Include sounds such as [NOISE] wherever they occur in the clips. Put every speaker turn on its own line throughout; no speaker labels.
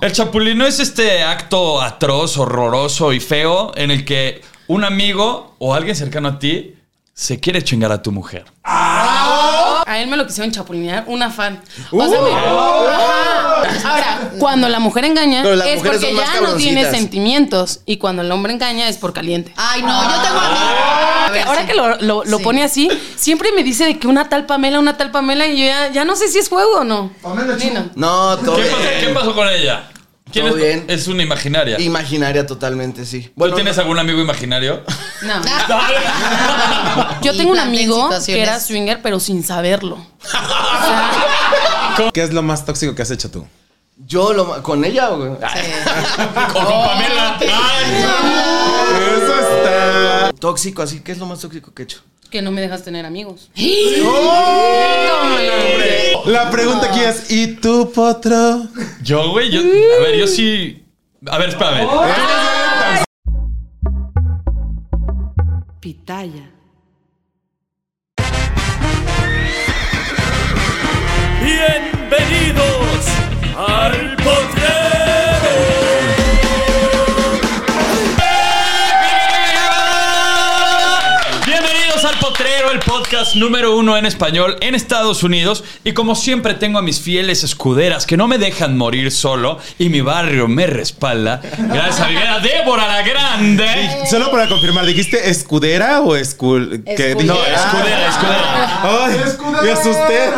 El chapulino es este acto atroz, horroroso y feo en el que un amigo o alguien cercano a ti se quiere chingar a tu mujer.
A él me lo quisieron chapulinear una fan. O
¡Uh!
sea, me- Ajá. Ahora, cuando la mujer engaña
Pero las
es
mujeres
porque
son más
ya no tiene
cabroncitas.
sentimientos y cuando el hombre engaña es por caliente.
Ay, no, yo tengo a mí.
Ah, Ahora que lo, lo- lo
Ah, Sí.
pone así, siempre me dice de que una tal Pamela, una tal Pamela y yo ya, ya no sé si es juego o no. Nina.
No, todo
¿Qué
bien.
pasó, qué pasó con ella? ¿Quién
Todo
es,
bien.
es una imaginaria?
Imaginaria totalmente,
[LAUGHS]
sí.
¿Tú tienes algún amigo
[LAUGHS]
imaginario?
No.
Ah.
Yo
Y
tengo un
planteen
amigo que
situaciones.
era swinger pero sin saberlo. O sea,
¿Qué es lo más tóxico que has hecho tú?
Yo lo con ella, güey.
¿O con Pamela? Ay,
Eso está.
Tóxico, así que es lo más tóxico que he hecho.
que no me dejas tener amigos.
La pregunta aquí es: ¿Y tú, potro?
Yo, güey, yo. A ver, yo sí. A ver, espérame.
Pitaya.
Bienvenidos al potrero.
Bienvenidos al Potrero, el podcast número uno en español en Estados Unidos. Y como siempre tengo a mis fieles escuderas que no me dejan morir solo y mi barrio me respalda. Gracias a mi querida Débora la Grande.
Solo para confirmar, ¿dijiste escudera o escul.? que dije-
No, escudera, escudera.
Ay, me asusté.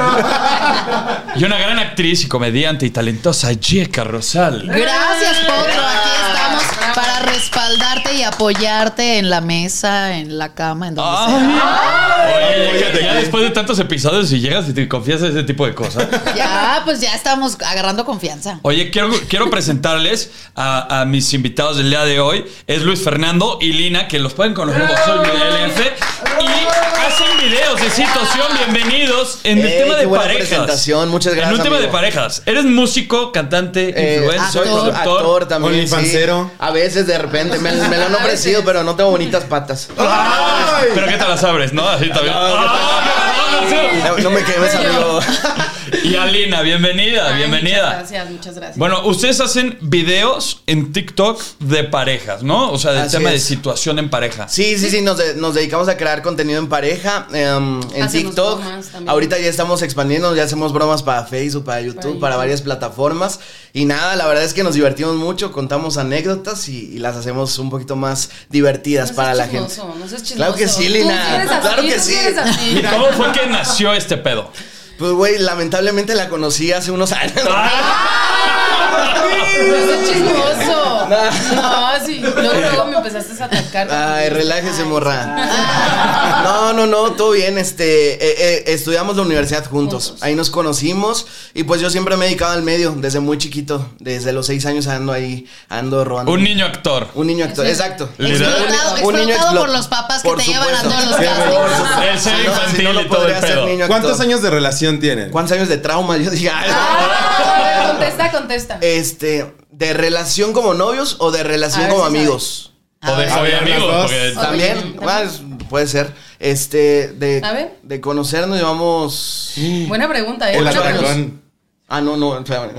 Y una gran actriz y comediante y talentosa, Yeka Rosal.
Gracias, Potro. Aquí estamos para respaldarte y apoyarte en la mesa, en la cama, en donde
Ah.
sea.
Oye, Yeka, ya después de tantos episodios y llegas y te confías en ese tipo de cosas.
Ya, pues ya estamos agarrando confianza.
Oye, quiero, quiero presentarles a, a mis invitados del día de hoy. Es Luis Fernando y Lina, que los pueden conocer como Soy LF. Y hacen videos de situación. Bienvenidos en el
Ey,
tema de
qué buena
parejas.
presentación. Muchas
En
gracias,
un tema de
amigo.
parejas. Eres músico, cantante,
Eh,
influencer,
actor,
productor.
actor también.
Onlyfancero.
sí. A veces, de repente, me, me lo han ofrecido, pero no tengo bonitas patas.
Ay, Pero ¿qué te las abres, ¿no? Así también. Ah,
No, no me quemes, amigo.
Y a Lina, bienvenida,
Ay,
bienvenida.
Muchas gracias, muchas gracias.
Bueno, ustedes hacen videos en TikTok de parejas, ¿no? O sea, del
Así
tema de
es.
situación en pareja.
[LAUGHS] Sí, sí, sí, nos, de- nos dedicamos a crear contenido en pareja, em, en
Hacemos
TikTok.
bromas también.
Ahorita ya estamos expandiendo, ya hacemos bromas para Facebook, para YouTube,
YouTube.
para varias plataformas. Y nada, la verdad es que nos divertimos mucho, contamos anécdotas y, y las hacemos un poquito más divertidas
No seas
para la gente.
chismoso, no seas
Claro que
chismoso.
sí,
Tú sí
Lina.
eres así,
claro que
tú sí
sí.
eres así.
¿Y cómo fue que nació este pedo?
Pues, güey, lamentablemente la conocí hace unos años.
[LAUGHS] ¡Ah!
No seas
[LAUGHS]
chismoso.
No.
No, sí. Luego, luego me empezaste a atacar.
Ay, relájese,
Ay,
morra. No, no, no, todo bien. Este, eh, eh, estudiamos la universidad juntos. Ahí nos conocimos y pues yo siempre me he dedicado al medio desde muy chiquito. Desde los seis años ando ahí, ando robando.
Un niño actor.
Un niño actor, exacto.
Explotado,
Un niño
explotado por
explo-
los papás que
Por
te llevan a
supuesto.
todos los
Sí, por
castings.
supuesto.
El ser
Si no, si
infantil
no, no
y todo
podría
el
ser
pedo.
niño actor.
¿Cuántos años de relación tienen?
¿Cuántos años de trauma? [LAUGHS] Yo dije, "Ah, ay,
Ah,
Ah, A ver, contesta, contesta.
este, ¿de relación como novios o de relación
A ver
como
si sabe.
amigos?
O de
A
Soy
ver,
Amigos.
las dos.
porque-
También,
Oye,
más, puede ser. Este, de,
A ver.
de conocernos llevamos.
Buena pregunta, ¿eh?
El
Buena pregunta.
atracón.
Ah, no, no, espérame.
Te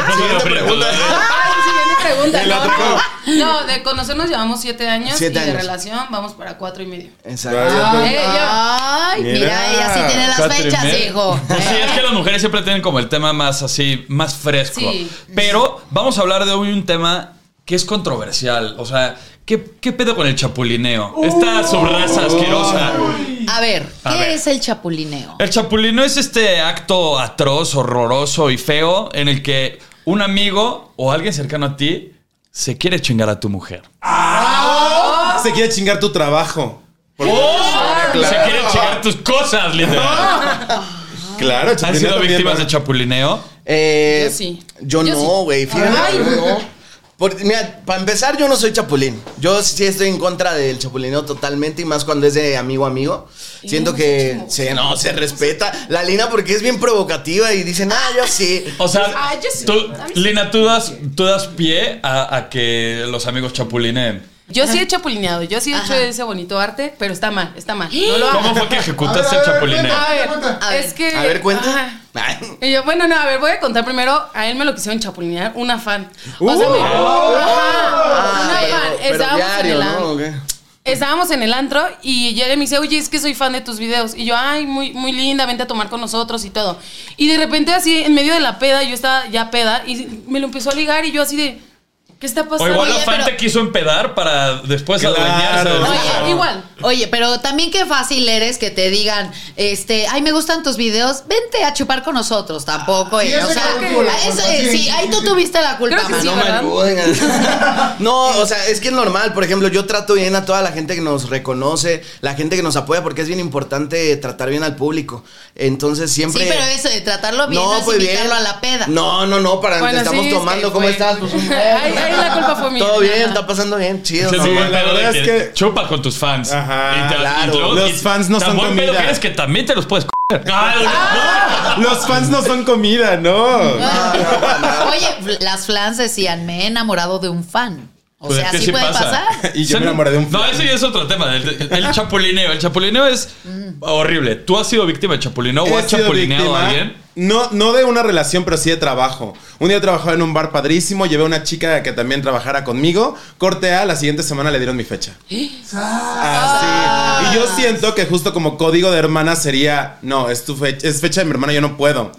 pongo
Siguiente
una pregunta.
pregunta.
Ah, Ay, siguiente pregunta.
El
No,
otro
no,
no.
no, de conocernos llevamos siete años
Siete
y de
años.
relación vamos para cuatro y medio.
Ah,
Exacto.
Eh, yo-
Ay, mira,
Mira.
ella sí tiene las
Cuatro y
fechas,
medio.
hijo.
Pues sí, es que las mujeres siempre tienen como el tema más así, más fresco.
Sí.
Pero vamos a hablar de hoy un tema que es controversial. O sea, ¿qué, qué pedo con el chapulineo? Esta subraza asquerosa.
A ver, ¿qué
A ver.
es el chapulineo?
El chapulineo es este acto atroz, horroroso y feo en el que un amigo o alguien cercano a ti se quiere chingar a tu mujer.
Se quiere chingar tu trabajo. Porque-
¡Oh! Se quiere chingar tus cosas, literal.
Claro, el
¿Han
chapulineo
sido
también,
víctimas
¿no?
de chapulineo?
Eh,
Yo sí.
Yo,
Yo sí.
no, güey. Fíjate.
Ay,
no. Porque, mira, para empezar, yo no soy chapulín. Yo sí estoy en contra del chapulineo totalmente y más cuando es de amigo a amigo. Siento
no,
que
muchísimo.
se, no, se respeta la Lina porque es bien provocativa y dicen, ah, yo sí.
O sea,
Ay, Pues, ah, yo sí.
tú,
A mí sí.
Lina, tú das, tú das pie a, a que los amigos chapulinen.
Yo sí he chapulineado, yo sí he hecho
Ajá.
ese bonito arte, pero está mal, está
[GASPS]
mal. No lo
¿Cómo
hagas.
fue que ejecutaste el eh? chapulineo?
A ver,
A ver.
es que.
A ver,
Ajá.
cuenta. Ay.
Y yo, bueno, no, a ver, voy a contar primero. A él me lo quisieron chapulinear una fan. O sea, me- Ajá, una
Ay,
fan.
Uh. Ah, pero
Estábamos en
diario,
el
¿no? ¿O
antro.
qué?
Estábamos en el antro y Jeremy me dice, oye, es que soy fan de tus videos. Y yo, ay, muy, muy linda, vente a tomar con nosotros y todo. Y de repente, así, en medio de la peda, yo estaba ya peda, y me lo empezó a ligar y yo así de, ¿qué está
O
pasando?
igual la
Oye,
fan
pero-
te quiso empedar para después
Claro.
adueñarse. de-
Oye, igual.
Oye, pero también qué fácil eres que te digan, este, ay, me gustan tus videos, vente a chupar con nosotros,
Ah,
tampoco. eh, o sea, eso, eh, sí, ahí tú tuviste la culpa,
Creo que sí,
mano.
No me
¿verdad? [LAUGHS]
ayuden. No, o sea, es que es normal. Por ejemplo, yo trato bien a toda la gente que nos reconoce, la gente que nos apoya, porque es bien importante tratar bien al público. Entonces siempre.
Sí, pero eso de tratarlo bien, no, es
pues,
invitarlo a la peda. [LAUGHS]
No, no, no, para
Bueno,
estamos
sí, es
tomando.
que
¿Cómo
fue-
estás?
[LAUGHS]
Pues, un-
Ahí- ahí la culpa fue mía.
Todo bien,
Ajá.
está pasando bien, chido.
Ese
¿no?
es un buen
Sí, la
pedo de
verdad
que
es que-
chupa con tus fans.
Ajá,
claro.
Los fans no
tan
son
buen pedo
comida.
que eres que también te los puedes coger. [LAUGHS] Ay,
Los fans no son comida, no.
Oye, las flans decían, me he enamorado de un fan. O
Pues es
sea,
que
sí
sí
puede
pasa.
pasar.
Y
O sea,
yo me enamoré de un
No,
fan.
ese ya es otro tema. El, el chapulineo. El chapulineo es horrible. ¿Tú has sido víctima de chapulineo o
Mm. He
has
sido
chapulineado a
víctima,
alguien?
No, no de una relación, pero sí de trabajo. Un día trabajaba en un bar padrísimo, llevé a una chica que también trabajara conmigo. Corte A, la siguiente semana le dieron mi fecha. Así. Y yo siento que justo como código de hermana sería, no, es tu fecha, es fecha de mi hermana, yo no puedo.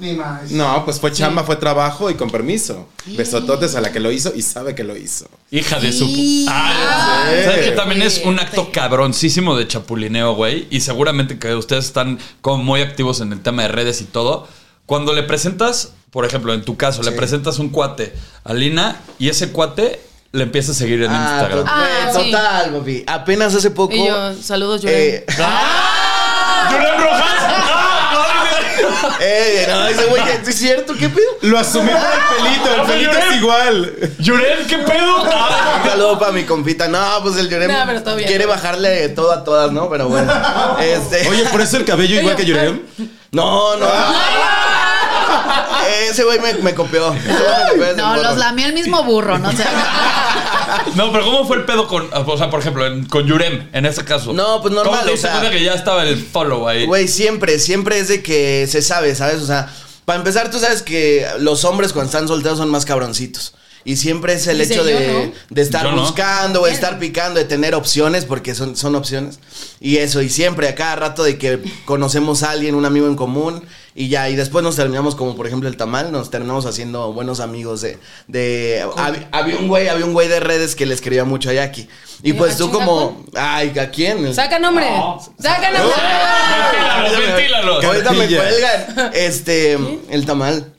No, pues fue chamba, fue trabajo y con permiso. Besototes a la que lo hizo y sabe que lo hizo.
Hija de su.
Sí.
pu- Ah,
Ay,
¿Sabes
sí.
que también es un acto cabroncísimo de chapulineo, güey? Y seguramente que ustedes están como muy activos en el tema de redes y todo. Cuando le presentas, por ejemplo, en tu caso, le presentas un cuate a Lina y ese cuate le empieza a seguir en
Ah,
Instagram.
to-
Ah, sí.
Total, papi. Apenas hace poco.
Y yo, saludos, Yurem.
eh, [LAUGHS]
¡Julián Rojas! ¡Ah!
eh, no, ese güey, ¿es cierto? ¿Qué pedo?
Lo asumí por el pelito, el
Ah,
pelito
señor.
es igual.
Yurem, ¿qué pedo? Ah.
Un saludo para mi compita. No, pues el Llorem
No, pero todo bien.
quiere bajarle todo a todas, ¿no? Pero [LAUGHS] bueno. Este,
Oye, por eso el cabello igual que Yurem.
No,
[LAUGHS]
no. Ese güey me, me copió. Ese güey me copió desde
No,
morro.
los lamió el mismo burro, no sé.
Ah, No, pero ¿cómo fue el pedo con, o sea, por ejemplo, en- con Yurem, en este caso?
No, pues normal,
¿Cómo te
o
diste
sea-
cuenta que ya estaba el follow ahí?
Güey, siempre, siempre es de que se sabe, ¿sabes? O sea, para empezar, tú sabes que los hombres cuando están solteros son más cabroncitos. Y siempre es el
Dice
hecho de,
yo, ¿no?
de estar
Yo no.
buscando, de estar picando, de tener opciones, porque son, son opciones. Y eso, y siempre, a cada rato de que conocemos a alguien, un amigo en común, y ya, y después nos terminamos, como por ejemplo el tamal, nos terminamos haciendo buenos amigos de... de hab- había un güey, había un güey de redes que le escribía mucho a Jackie. Y
Eh,
pues
¿a
tú
chinga,
como... Ay, ¿a quién?
Saca nombre. Saca nombre.
Ventílalos, ventílalos.
Que Ahorita me
Cartilla.
cuelgan. Este, el tamal.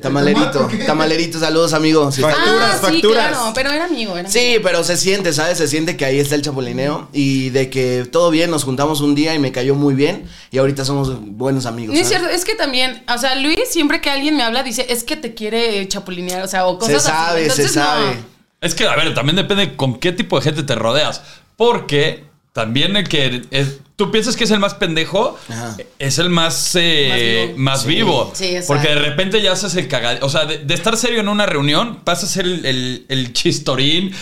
Tamalerito. Tamalerito, saludos, amigos. Sí,
Facturas,
Ah, sí,
facturas.
claro, pero era amigo, era
Sí, pero se siente, ¿sabes? Se siente que ahí está el chapulineo y de que todo bien, nos juntamos un día y me cayó muy bien y ahorita somos buenos amigos.
No es
¿sabes?
cierto, es que también, o sea, Luis siempre que alguien me habla dice, es que te quiere chapulinear, o sea, o
Se
cosas
sabe,
así.
se
Entonces, no.
sabe.
Es que, a ver, también depende con qué tipo de gente te rodeas. Porque también el que er-, es- tú piensas que es el más pendejo
Ajá.
es el más, eh, más vivo.
sí, exacto.
Porque de repente ya haces el cagado. O sea, de, de estar serio en una reunión, pasas a ser el, el- el chistorín,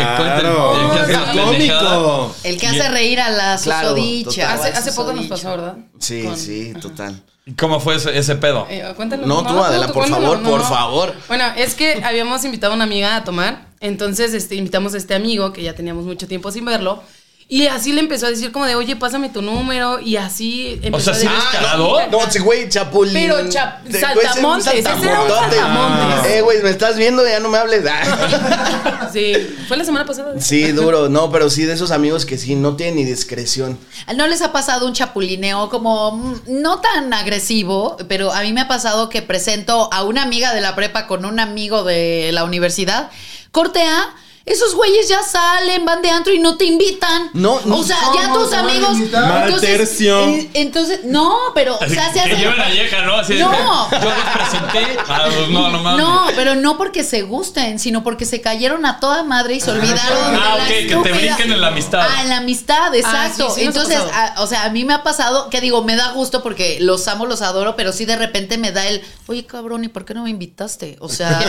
Claro.
el que cuenta el, el que hace la
El
pendejada.
cómico.
El que hace reír a la
Claro,
susodicha.
total.
o
Hace,
al
hace poco nos
susodicho.
pasó, ¿verdad?
Sí,
Con-
sí, total.
¿Y ¿Cómo fue ese, ese pedo?
Eh, cuéntalo.
No, tú, Adela, por
cuéntalo,
favor, por favor.
[LAUGHS] Bueno, es que habíamos invitado a una amiga a tomar Entonces este, invitamos a este amigo que ya teníamos mucho tiempo sin verlo. Y así le empezó a decir como de, oye, pásame tu número. Y así
sea,
empezó a
sí
decir-
descarado.
Ah,
No, sí, güey, chapulín.
Pero cha-
Te-
saltamontes,
güey,
ese era un saltamontes.
Eh, güey, me estás viendo, ya no me hables. [LAUGHS] Ah.
Sí, fue la semana pasada.
Sí, duro, no, pero sí de esos amigos que sí, no tienen ni discreción.
¿No les ha pasado un chapulineo como mm, no tan agresivo, pero a mí me ha pasado que presento a una amiga de la prepa con un amigo de la universidad? Corte A, esos güeyes ya salen, van de antro y no te invitan.
No, no.
O sea, ya
¿Cómo
tus
te van a
amigos.
invitar?
Mal
entonces-
tercio.
eh, Entonces, no, pero, o sea, se
que
hace.
llevan a vieja, ¿no? Así de,
No.
Yo les presenté. Ah, pues, no, no mames.
No, pero no porque se gusten, sino porque se cayeron a toda madre y se olvidaron. de
Ah,
la
ok, que te
estúpida-
brinquen en la amistad.
Ah, en la amistad, exacto.
Ah, sí, sí nos ha
Entonces,
pasado.
a- o sea, a mí me ha pasado que digo, me da gusto porque los amo, los adoro, pero sí de repente me da el, oye, cabrón, ¿y por qué no me invitaste?
[LAUGHS]
O sea,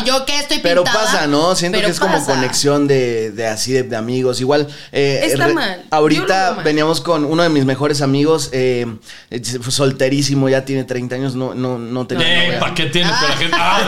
¿y yo qué estoy
Pero
pintada.
pasa, ¿no? Siento
Pero
que es como
pasa.
conexión de, de así, de, de amigos. Igual, eh,
Está
re-
mal. Yo lo
ahorita
veo mal.
veníamos con uno de mis mejores amigos, eh, es- solterísimo, ya tiene 30 años, no, no, no tenía
Eh,
novia.
¿Para qué tienes con la gente? Ah,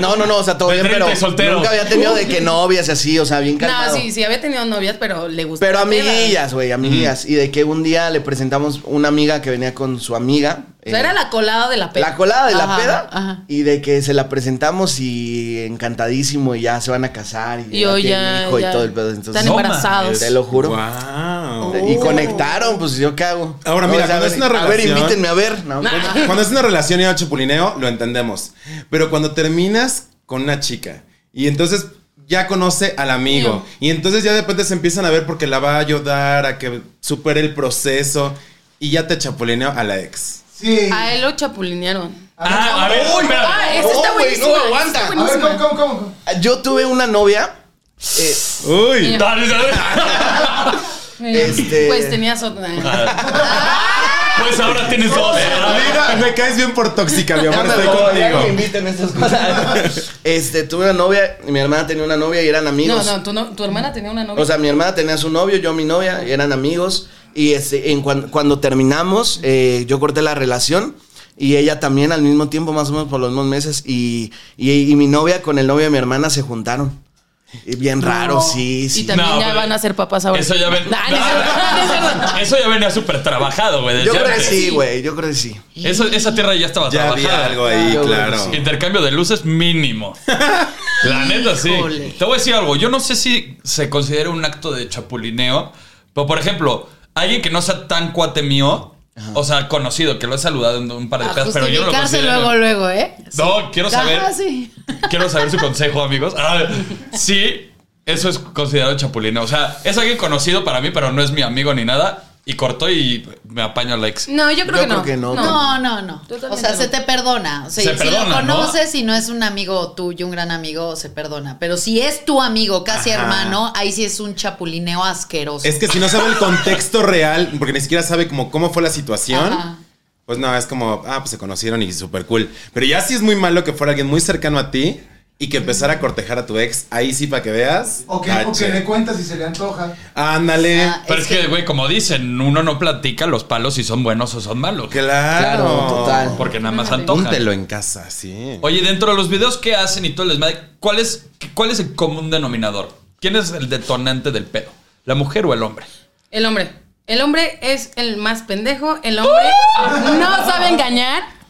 [LAUGHS] No, no, no, o sea, todo
De
bien,
30
pero
y soltero.
nunca había tenido
[LAUGHS]
de que novias y así, o sea, bien calmado.
No, sí, sí, había tenido novias, pero le gustaba.
Pero
la peda.
amiguillas, güey, amiguillas. Y de que un día le presentamos una amiga que venía con su amiga.
O sea,
eh,
era la colada de la peda.
la colada de la
Ajá,
peda
ajá.
y de que se la presentamos y encantadísimo y ya se van a casar y
Y hoy
tienen
ya-
hijo
ya
y todo el pedo. Entonces,
están
No
embarazados.
te lo juro.
Wow.
Y conectaron, pues yo qué hago.
Ahora, mira,
a
cuando
ver,
es una
a ver,
relación-
invítenme a ver. No,
Nah.
bueno.
Cuando es una relación y el chapulineo, lo entendemos. Pero cuando terminas con una chica y entonces ya conoce al amigo y entonces ya de repente se empiezan a ver porque la va a ayudar a que supere el proceso y ya te chapulineo a la ex.
Sí.
A él lo chapulinearon.
Ah, a ver, espérate. [LAUGHS]
Ah, esa
no,
está
güey,
buenísima.
no,
esa
aguanta.
está
A ver,
buenísima.
¿cómo, cómo, cómo? cómo?
Yo tuve una novia. eh,
Uy.
Dale, dale.
Este-
Pues tenías otra.
Pues ahora tienes dos.
Mira, me caes bien por tóxica, mi amor,
Ya me
estoy
voy, ya no me
contigo.
inviten a estas cosas. [LAUGHS] este, tuve una novia, y mi hermana tenía una novia y eran
No,
amigos.
no, tu, no- tu hermana tenía una novia.
O sea, mi hermana tenía su novio, yo mi novia, y eran amigos. Y este, en cuan- cuando terminamos, eh, yo corté la relación. Y ella también al mismo tiempo, más o menos por los mismos meses. Y, y- y mi novia con el novio de mi hermana se juntaron. Y bien raro, sí,
y
sí.
también
No,
ya
pero-
van a ser papás ahora.
Eso ya ven-
Nah, no es cierto, no es cierto.
[LAUGHS] Eso ya venía súper trabajado, güey. desde
Yo creo que
antes.
sí, güey, yo creo que sí.
Eso- esa tierra ya estaba
Ya había
trabajada.
algo ahí,
Claro,
claro.
sí.
Intercambio de luces mínimo. La neta, sí.
Híjole.
Te voy a decir algo. Yo no sé si se considera un acto de chapulineo. Pero, por ejemplo, alguien que no sea tan cuate mío, o sea, conocido, que lo he saludado en un par de
A
pedas, pero yo no lo
justificarse
considero.
Ah, pues, luego, luego, ¿eh?
No, quiero saber.
Ah, sí.
[LAUGHS] Quiero saber su consejo, amigos. Ah, sí, eso es considerado chapulino. O sea, es alguien conocido para mí, pero no es mi amigo ni nada. Y cortó y me apaño al ex.
No, yo creo
Yo
que no.
creo que no.
No, no, no.
Yo también
O sea,
te
se
lo-
te perdona. O sea,
Se
si lo
perdona, ¿no?
conoces y no es un amigo tuyo, un gran amigo, se perdona. Pero si es tu amigo, casi
Ajá.
hermano, ahí sí es un chapulineo asqueroso.
Es que si no sabe el contexto real, porque ni siquiera sabe como cómo fue la situación,
Ajá.
pues no, es como, ah, pues se conocieron y súper cool. Pero ya sí es muy malo que fuera alguien muy cercano a ti y que empezara a cortejar a tu ex, ahí sí para que veas.
O que, o
tache.
que le cuentas si se le antoja.
Ándale.
Ah,
Pero es, que, güey, como dicen, uno no platica los palos si son buenos o son malos.
Claro.
Claro, total.
Porque nada más antoja.
Póntelo en casa, sí.
Oye, dentro de los videos que hacen y todo les madre, ¿cuál es, ¿cuál es el común denominador? ¿Quién es el detonante del pedo? ¿La mujer o el hombre?
El hombre. El hombre es el más pendejo. El hombre
¡Uh!
no sabe engañar.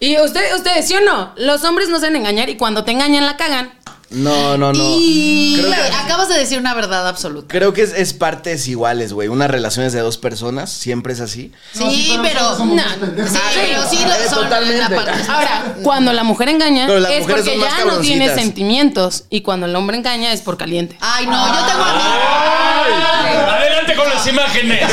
Y ustedes, ustedes, ¿sí o no? Los hombres no saben engañar y cuando te engañan la cagan.
No, no, no.
Y
Creo que-
acabas de decir una verdad absoluta.
Creo que es, es partes iguales, güey. Unas relaciones de dos personas siempre es así.
No,
sí,
nosotros
pero.
somos
no.
unos pendejos.
Sí, pero sí lo
Eh,
Ah,
son
totalmente.
la parte-
Ahora, cuando la mujer engaña
Pero las
es
mujeres
porque
son más
ya no tiene
cabroncitas.
sentimientos. Y cuando el hombre engaña es por caliente.
Ay, no, yo tengo amigos.
Adelante con las imágenes.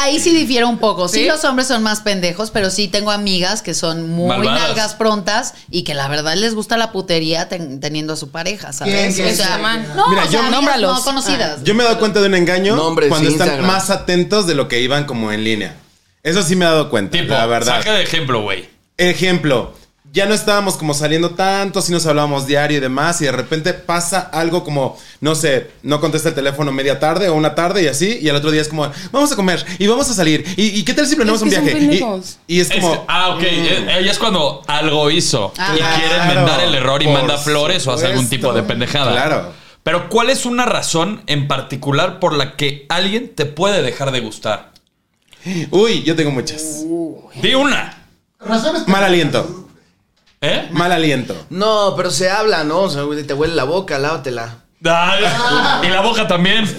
Ahí sí difiero un poco. ¿Sí?
¿Sí?
los hombres son más pendejos, pero sí tengo amigas que son muy
Malvadas.
nalgas prontas y que la verdad les gusta la putería ten- teniendo a su pareja,
¿Quién,
¿sabes?
quién,
o sea,
quién?
no,
Mira,
o sea,
yo-
amigas
nómbralos.
no conocidas.
Yo me he dado cuenta de un engaño
Nombres,
cuando están
Instagram.
más atentos de lo que iban como en línea. Eso sí me he dado cuenta,
tipo,
la verdad.
saca de ejemplo, güey.
Ejemplo, ya no estábamos como saliendo tanto, sí nos hablábamos diario y demás, y de repente pasa algo como, no sé, no contesta el teléfono media tarde o una tarde y así, y al otro día es como, vamos a comer y vamos a salir, y, y qué tal si
Es
planeamos un
que son
viaje. Y-
pendejos.
Y, es
Es-
como, mm.
ah, ok. eh, Ella es cuando algo hizo
Ah,
y quiere
claro,
enmendar el error y
por
manda flores o hace algún
supuesto.
tipo de pendejada.
Claro.
Pero ¿cuál es una razón en particular por la que alguien te puede dejar de gustar? eh".
uy, yo tengo muchas.
Di una,
Razones
Mal aliento,
¿eh?
mal aliento.
No, pero se habla, ¿no? O sea, güey, te huele la boca, lávatela.
Ah, y la boca
[LAUGHS]
también.
Es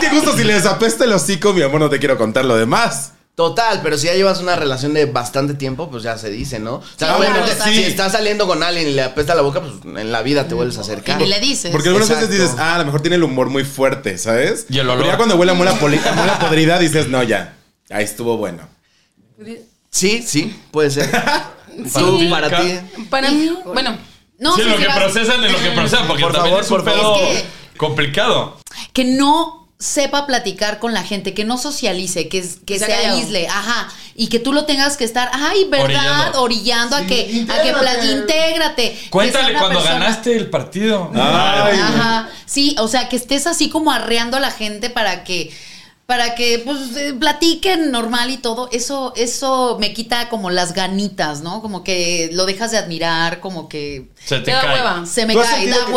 que justo si les apesta el hocico, mi amor, no te quiero contar lo demás.
Total, pero si ya llevas una relación de bastante tiempo, pues ya se dice, ¿no? O sea,
Sí,
obviamente,
claro,
si
sí.
estás saliendo con alguien y le apesta la boca, pues en la vida te vuelves a acercar.
Y le dices.
Porque algunas
Exacto.
veces dices, ah, a lo mejor tiene el humor muy fuerte, ¿sabes?
Y el olor.
Pero ya cuando huele a muela, poli- a muela podrida, dices, no, ya, ahí estuvo bueno.
Sí, sí, puede
[LAUGHS]
ser. Tú,
ti,
para
Ka-
ti.
Para mí, bueno,
no,
sí,
sí,
lo
sí
que
vas-
procesan es lo que procesan, porque
Por
también
favor,
es un
por favor.
pedo
Es
complicado.
que no sepa platicar con la gente, que no socialice, que, que
Se ha
se
callado.
aísle, ajá, y que tú lo tengas que estar, ay, ¿verdad?
Orillando.
Orillando,
Sí,
a que, a que pla-
intégrate.
intégrate. que sea
Cuéntale
una
cuando
persona-
ganaste el partido.
Ay,
Ajá. Sí, o sea, que estés así como arreando a la gente para que para que pues eh, platiquen normal y todo. Eso eso me quita como las ganitas, ¿no? Como que lo dejas de admirar, como que
Se te
te da
cae.
hueva.
se me
¿Tú has
cae
sentido
da
que-
hue-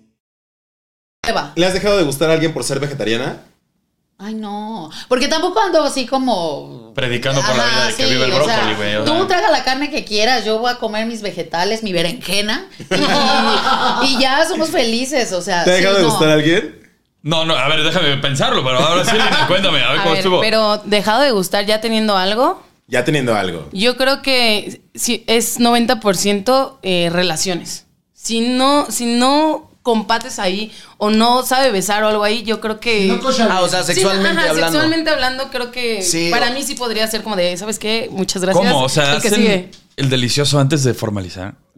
hueva.
¿Le has dejado de gustar a alguien por ser vegetariana?
Ay, no. Porque tampoco ando así como
Predicando por la
Ajá,
vida de que
sí,
vive el
o sea,
brócoli, güey. o sea.
Tú traga la carne que quieras, yo voy a comer mis vegetales, mi berenjena y, y ya somos felices, o sea.
¿Te ha dejado
Ah, sí,
de
no.
gustar a alguien?
No, no, a ver, déjame pensarlo, pero ahora sí, Lina, cuéntame, a ver
a
cómo
ver,
estuvo.
pero dejado de gustar ya teniendo algo,
Ya teniendo algo.
yo creo que sí, es 90% eh, relaciones. Si no, si no compates ahí o no sabe besar o algo ahí, yo creo que...
No cocha bien.
Ah, o sea,
Sí,
sexualmente
ajá,
hablando.
Sexualmente hablando, creo que
Sí.
para mí sí podría ser como de, ¿sabes qué? Muchas gracias.
¿Cómo? O sea,
El que
hacen
sigue. Ah,
el delicioso antes de formalizar.
[LAUGHS]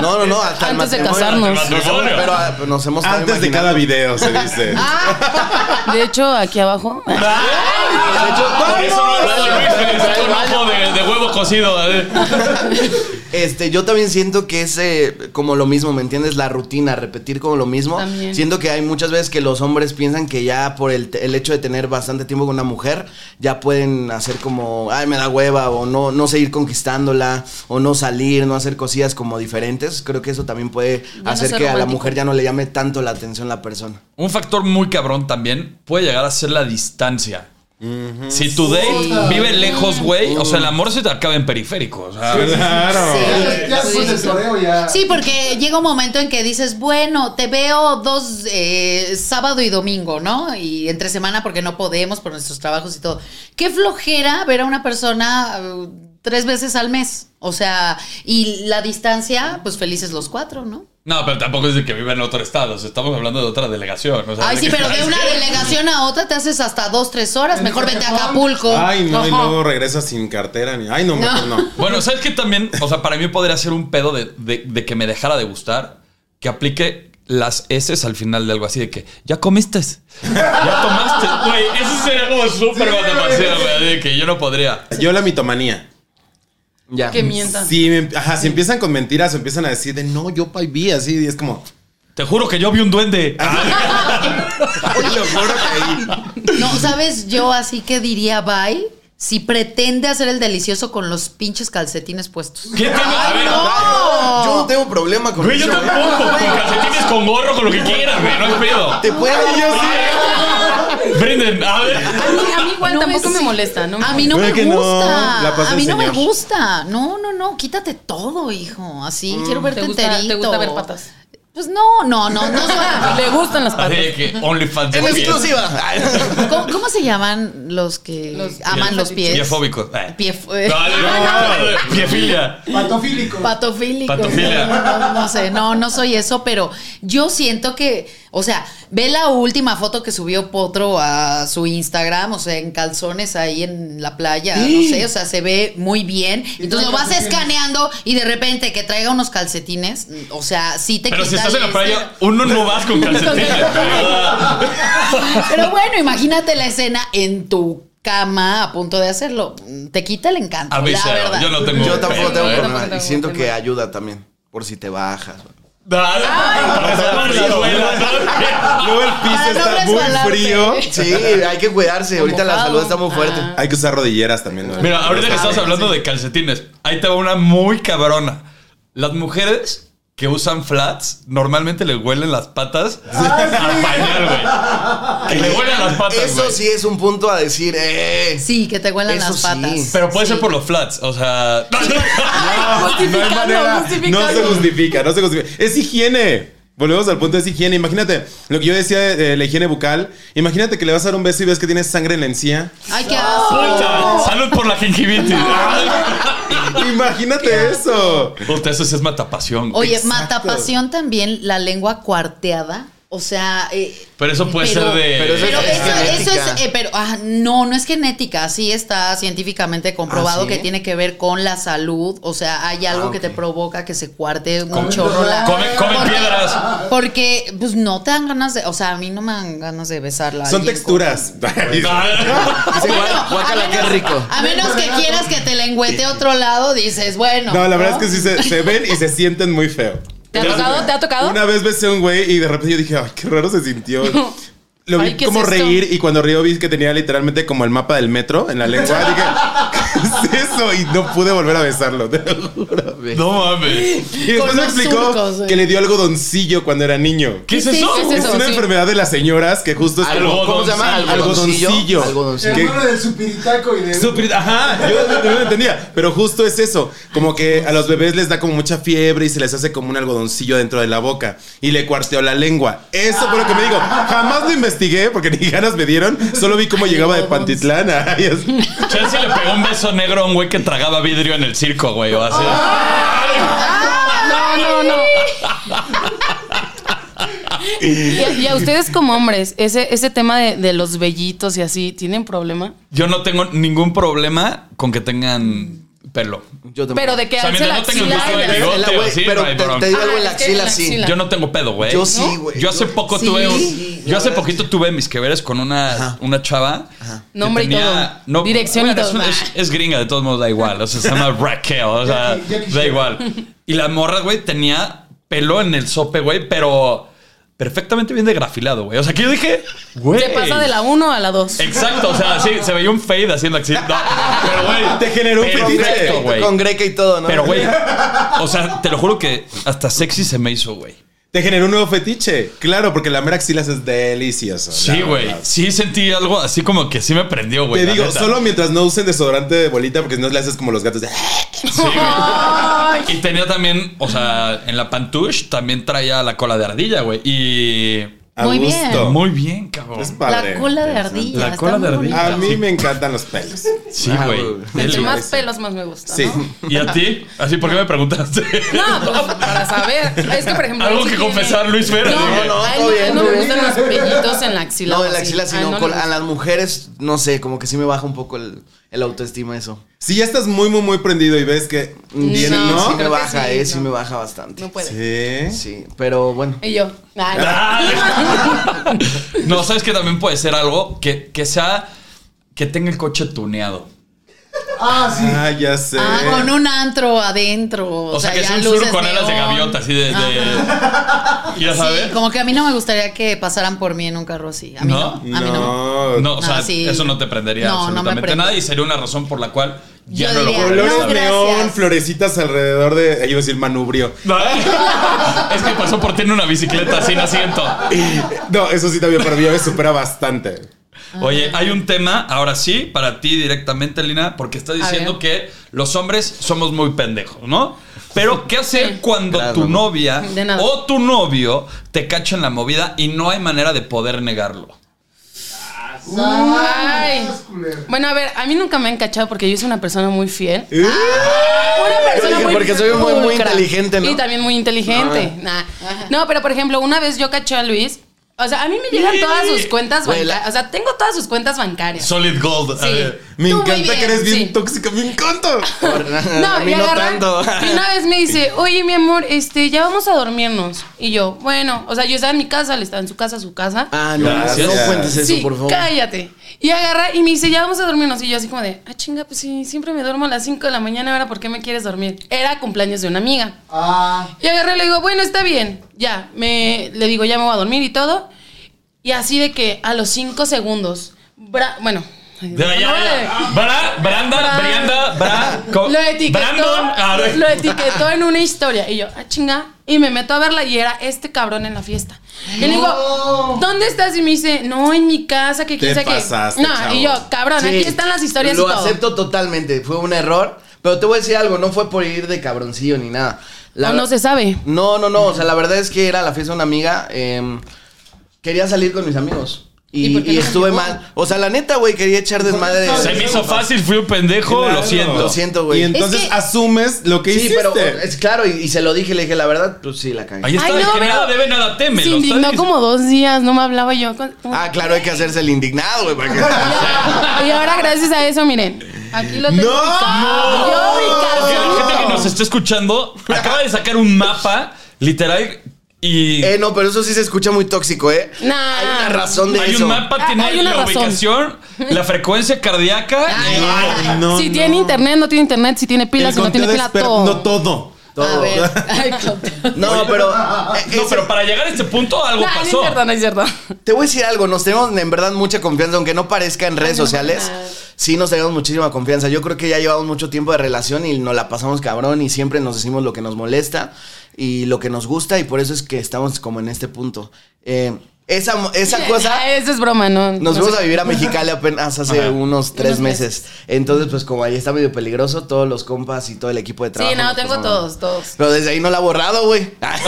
No, no, no, hasta el
Antes de
matrimonio.
casarnos.
Nos hemos-
Matrimonio.
pero ah, nos hemos estado
Antes de
imaginando.
cada video, se
[LAUGHS]
dice.
Ah,
De hecho,
[LAUGHS]
aquí abajo.
De hecho,
Por Ah, eso no
¡vamos!
hablaba Luis, que le sacó un
Ahí va.
ojo de, de huevo cocido. a ver.
Este, yo también siento que es eh, como lo mismo, ¿me entiendes? La rutina, repetir como lo mismo.
También.
Siento que hay muchas veces que los hombres piensan que ya por el, el hecho de tener bastante tiempo con una mujer, ya pueden hacer como, ay, me da hueva, o no, no seguir conquistándola, o no salir, no hacer cosillas como diferentes. Creo que eso también puede
no
hacer
ser
que a la
romántico.
mujer ya no le llame tanto la atención la persona.
Un factor muy cabrón también puede llegar a ser la distancia. Si tu date vive lejos, güey, o sea, el amor se te acaba en periférico. O sea,
Claro.
Ya, ya después del toreo ya.
Sí, porque llega un momento en que dices, bueno, te veo dos eh, sábado y domingo, ¿no? Y entre semana porque no podemos por nuestros trabajos y todo. Qué flojera ver a una persona eh, tres veces al mes. O sea, y la distancia, pues felices los cuatro, ¿no?
No, pero tampoco es de que vive en otro estado. o sea, estamos hablando de otra delegación. o sea,
Ay,
de
sí,
que- [LAUGHS]
pero de una delegación a otra te haces hasta dos, tres horas. Mejor vete a Acapulco.
Ay, no, y luego regresa sin cartera. Ni... Ay, no, mejor no.
Bueno, ¿sabes qué también? O sea, para mí podría ser un pedo de, de- de que me dejara de gustar, que aplique las S al final de algo así, de que ya comiste, ya tomaste. Güey, eso sería como súper fantasía, güey, de que yo no podría.
Yo la mitomanía.
Ya.
Que mientan.
Si, me- ajá, si empiezan con mentiras o empiezan a decir de no, yo pa' vi así, y es como,
Te juro que yo vi un duende.
"Ay, lo juro que ahí".
No, ¿sabes? Yo así que diría bye si pretende hacer el delicioso con los pinches calcetines puestos.
¿Qué tengo? A ver,
Yo no tengo problema con
Güey,
eso. ¿eh?
yo
güey.
tampoco, con calcetines, con gorro, con lo que quieras, güey, no hay pedo.
Te puedo.
Brinden, a ver.
A mí, a mí igual
No me-
tampoco me
sí.
molesta, ¿no? me
A mí no me
Creo que no,
gusta.
la paz
a
del
mí no me
Señor.
gusta. No, no, no. Quítate todo, hijo. Así quiero verte
¿Te gusta-
enterito.
te gusta ver patas?
Pues no, no, no. no soy-
[LAUGHS] Le gustan las patas.
Así de que OnlyFans de
En
pies.
exclusiva.
¿Cómo, cómo se llaman los que
Los-
aman los pies?
Piefóbico. Eh.
Pie-
No, no, no,
[LAUGHS]
Piefilia.
Patofílico.
Patofílico.
Patofilia.
No, no, no sé, no, no soy eso, pero yo siento que, o sea, ve la última foto que subió Potro a su Instagram, o sea, en calzones ahí en la playa, no sé, o sea, se ve muy bien. Entonces lo vas escaneando y de repente que traiga unos calcetines, o sea, sí te
Pero si
quita
estás en la
el
playa,
este-
uno no vas con calcetines.
[LAUGHS]
¿verdad?
Pero bueno, imagínate la escena en tu cama a punto de hacerlo. Te quita el encanto.
A mí
la
cero,
verdad.
yo no tengo
Yo tampoco
pedo,
tengo
eh.
problema. Y
tengo
siento que
problema.
ayuda también. Por si te bajas.
Ay, para salvar las duelas, ¿no?
Luego el piso
Para no
está muy
resbalarte.
frío.
Sí, hay que cuidarse. Ahorita la
mojado.
salud está muy fuerte.
Ah.
Hay que usar rodilleras también. ¿no?
Mira, ahorita que estamos
Sí.
hablando de calcetines, ahí te va una muy cabrona. Las mujeres que usan flats normalmente les huelen las
[LAUGHS]
patas al pañal, güey. Que le huelen las patas,
Eso
güey.
sí es un punto a decir, eh.
Sí, que te huelan
Eso
las
sí.
patas.
Pero puede
Sí.
ser por los flats, o sea. [LAUGHS]
No hay
Justificando,
manera. No se
justificando.
justifica, no se justifica. Es higiene. Volvemos al punto, es higiene. Imagínate lo que yo decía de, de la higiene bucal. Imagínate que le vas a dar un beso y ves que tienes sangre en la encía.
Ay, qué asco.
Ah, Puta, Salud por la gingivitis.
Imagínate eso.
[LAUGHS] Puta, eso sí es matapasión. güey.
Oye, matapasión también, la lengua cuarteada. O sea. eh,
Pero eso puede ser de-
Pero eso
pero
es
eso,
[LAUGHS]
eso
genética.
es. eh, pero ah, no, no es genética. Sí está científicamente comprobado
¿Ah, ¿sí?
que tiene que ver con la salud. O sea, hay algo
Ah,
que te
ok.
provoca que se cuarte un chorro la.
Come- comen
Porque-
piedras.
Porque, pues no te dan ganas de. O sea, a mí no me dan ganas de besarla. a
Son
alguien
texturas.
Ah.
Dice,
Bueno,
"Guá- guácala,
a
qué
menos-
rico.
A menos que quieras que te lengüete otro lado, dices, bueno.
No, la verdad es que sí se, se ven y se sienten muy feo.
¿Te ha tocado? ¿Te ha tocado?
Una vez besé a un güey y de repente yo dije, ay, qué raro se sintió. Lo vi
Ay, ¿qué es
como
esto?
reír y cuando río vi que tenía literalmente como el mapa del metro en la lengua. Dije, [LAUGHS] ¿qué es eso? Y no pude volver a besarlo, te lo juro.
No mames.
Y después
Con
me
los
explicó
surcos, güey.
que le dio algodoncillo cuando era niño.
¿Qué es
Sí,
eso?
sí, sí,
Es
eso,
una
sí.
enfermedad de las señoras que justo es
Algo-
¿Cómo se llama? Algodoncillo.
Algodoncillo. Algodoncillo.
¿Qué?
Hermano del supiritaco y de.
Super- ajá, yo no- no lo entendía. Pero justo es eso. Como que a los bebés les da como mucha fiebre y se les hace como un algodoncillo dentro de la boca. Y le cuarteó la lengua. Eso fue lo que me digo. Jamás lo investigué porque ni ganas me dieron. Solo vi cómo llegaba de Pantitlán. Ay, es- [LAUGHS]
Chelsea le pegó un beso negro a un güey que tragaba vidrio en el circo, güey, o así.
Ah.
No, no, no. Y, a- y a ustedes como hombres, ese, ese tema de, de los vellitos y así, ¿tienen problema?
Yo no tengo ningún problema con que tengan pelo.
Yo tampoco.
Pero de
O
que
sea,
alce
mientras
la
no tenga el
axila.
gusto de
y-
bigote.
En la
Tío,
güey,
sí,
pero
no hay
te,
bronca.
te digo
Ah,
algo en la
es que en
axila,
la
sí.
axila.
Yo no tengo pedo, güey.
Yo sí, güey.
Yo hace poco
Sí.
tuve un-
Sí,
Yo hace
la verdad
poquito tuve mis que veres con una, una chava. que
Nombre y todo. Dirección y
bueno, es
todo.
una- Es, es gringa, de todos modos da igual. O sea, se llama Raquel. O sea,
Jackie- Jackie
da
Chan.
igual. Y la morra, güey, tenía pelo en el sope, güey, pero perfectamente bien degrafilado, güey. O sea, que yo dije, güey.
Se pasa de la 1 a la 2.
Exacto, o sea, sí, se veía un fade haciendo así. No, pero, güey.
Te generó un
perfecto,
fetiche.
güey.
Con Greca y todo, ¿no?
Pero, güey, o sea, te lo juro que hasta sexy se me hizo, güey.
Te generó un nuevo fetiche. Claro, porque la mera axilas es delicioso.
Sí,
la
güey.
verdad.
Sí sentí algo así como que sí me prendió, güey.
Te
la
digo,
neta.
solo mientras no usen desodorante de bolita, porque si no le haces como los gatos. de-
Sí, güey. Y tenía también, o sea, en la pantush también traía la cola de ardilla, güey. Y.
A
Muy
gusto.
bien.
Muy bien, cabrón.
Es [LAUGHS] padre.
La cola de ardilla.
La
está
cola de
muy
ardilla.
bonito.
A mí me encantan los pelos.
Sí, güey. Deli,
Entre
güey.
más pelos, más me gusta.
Sí.
¿no?
¿Y a ti? Así, ¿por qué me preguntaste?
No, pues, para saber. Es que, por ejemplo.
Algo
él sí
que
tiene-
confesar, Luis Vera.
No, no, a él,
todo
a él
bien,
no
todo
me
bien.
gustan los pellitos en la axila.
No, en
o
la
así.
axila,
A él
sino
no le
con, a
gusta.
las mujeres, no sé, como que sí me baja un poco el, el autoestima eso.
Si ya estás muy, muy, muy prendido y ves que viene,
No,
¿no?
sí me
creo que
baja,
sí,
eh, sí
no.
me baja bastante.
No pues. puede.
Sí.
Sí, pero bueno.
Y yo. ay, no.
Ah. [LAUGHS]
[LAUGHS]
No, sabes que también puede ser algo que, que sea. Que tenga el coche tuneado.
Ah, sí.
Ah, ya sé.
Ah, con un antro adentro. O,
O, sea, que
ya
es un
luces
sur con alas de
neón.
gaviota, así de. de- ya sabes.
Sí, como que a mí no me gustaría que pasaran por mí en un carro así. A mí no.
¿No?
A mí no.
No, o
No,
sea,
sí.
eso no te prendería
No, no me
absolutamente
prende.
nada y sería una razón por la cual ya
Yo
no
diría,
lo volverías
no,
a
Colores
ver.
neón,
gracias.
florecitas alrededor de. Ahí iba a decir manubrio.
[LAUGHS] es que pasó por ti en una bicicleta sin asiento.
No, eso sí también para mí ya me supera bastante.
Oye, hay un tema, ahora sí, para ti directamente, Lina, porque estás diciendo que los hombres somos muy pendejos, ¿no? Pero, ¿qué hacer cuando
Claro,
tu
mamá.
novia
De nada.
o tu novio te cacha en la movida y no hay manera de poder negarlo?
Ay. Bueno, a ver, a mí nunca me han cachado porque yo soy una persona muy fiel. Una persona
Oye,
muy
porque soy muy, muy
pulcra.
inteligente, ¿no? Ah.
Y también muy inteligente. Nah. No, pero por ejemplo, una vez yo caché a Luis. O sea, a mí me llegan todas sus cuentas
Güey, la-
bancarias. O sea, tengo todas sus cuentas bancarias.
Solid Gold. a
Sí.
ver.
Me
Tú muy
encanta que
bien,
eres bien
sí.
tóxica, me encanta.
No,
[LAUGHS] a
y
mí no
agarra-
tanto.
Y una vez me
[LAUGHS]
dice, oye, mi amor, este, ya vamos a dormirnos. Y yo, bueno, o sea, yo estaba en mi casa, le estaba en su casa, su casa.
Ah, no,
Gracias.
no cuentes eso,
sí,
por favor.
cállate. Y agarra y me dice, ya vamos a dormirnos. Y yo así como de, ah, chinga, pues sí, siempre me duermo a las 5 de la mañana, ahora ¿por qué me quieres dormir? Era cumpleaños de una amiga.
Ah,
Y agarré y le digo, bueno, está bien. Ya, me, le digo, ya me voy a dormir y todo. Y así de que a los 5 segundos, bra- bueno. ay,
De allá,
no,
allá.
eh,
Bra, Branda,
Bra-
Brianda, Bra, co-
lo etiquetó,
Brandon, ah, a ver.
lo etiquetó en una historia. Y yo, ah, chinga. Y me meto a verla y era este cabrón en la fiesta. Y le digo, ¿dónde estás? Y me dice, no, en mi casa, que quién sabe
Te
qué.
pasaste,
No,
chavo.
y yo, cabrón,
Sí,
aquí están las historias
Lo
y todo.
acepto totalmente, fue un error. Pero te voy a decir algo, no fue por ir de cabroncillo ni nada. La
O no
ver-
se sabe.
No, no, no. O sea, la verdad es que era la fiesta de una amiga. em, quería salir con mis amigos.
¿Y
Y,
por qué
y
no
estuve
llegó?
mal. O sea, la neta, güey, quería echar desmadre.
Se me hizo fácil, fui un pendejo,
Claro.
Oh, lo siento.
Lo siento, güey.
Y entonces
Es que-
asumes lo que
Sí,
hiciste.
pero es claro, y, y se lo dije, le dije, la verdad, pues sí, la
Ahí
cagué.
está, el que nada debe, nada teme.
Se
lo está
indignó
diciendo.
como dos días, no me hablaba yo. con-
Ah, claro, hay que hacerse el indignado, güey.
[LAUGHS]
para que-
Y ahora, gracias a eso, miren, aquí lo tengo.
¡No!
ubicado. Yo
Porque la
ubicación.
gente que nos está escuchando acaba de sacar un mapa, literal, y
Eh, no, pero eso sí se escucha muy tóxico, ¿eh?
Nah.
Hay una razón de
hay
eso.
un mapa,
Ah,
tiene
hay una
la
razón.
ubicación, la frecuencia cardíaca. y-
Ay, no,
si
no.
tiene internet, no tiene internet. Si tiene
El
pilas, si no
conteo
tiene
de
pila,
exper-
todo.
No todo.
A
[LAUGHS]
Todo.
ver. [LAUGHS] Ay, con-
No, pero. eh,
[LAUGHS] no,
ese-
pero para llegar a este punto algo
Nah, no es
pasó.
cierto, no es cierto.
Te voy a decir algo, nos tenemos en verdad mucha confianza, aunque no parezca en redes sociales, sí nos tenemos muchísima confianza. Yo creo que ya llevamos mucho tiempo de relación y nos la pasamos cabrón y siempre nos decimos lo que nos molesta y lo que nos gusta y por eso es que estamos como en este punto. Eh, esa esa cosa...
Ah, Eso es broma, ¿no?
Nos
No
fuimos a
sé.
vivir a Mexicali apenas hace unos tres meses. Entonces, pues como ahí está medio peligroso, todos los compas y todo el equipo de trabajo.
Sí, no,
nos
tengo
pasaron.
todos, todos.
Pero desde ahí no la ha borrado, güey. Ah,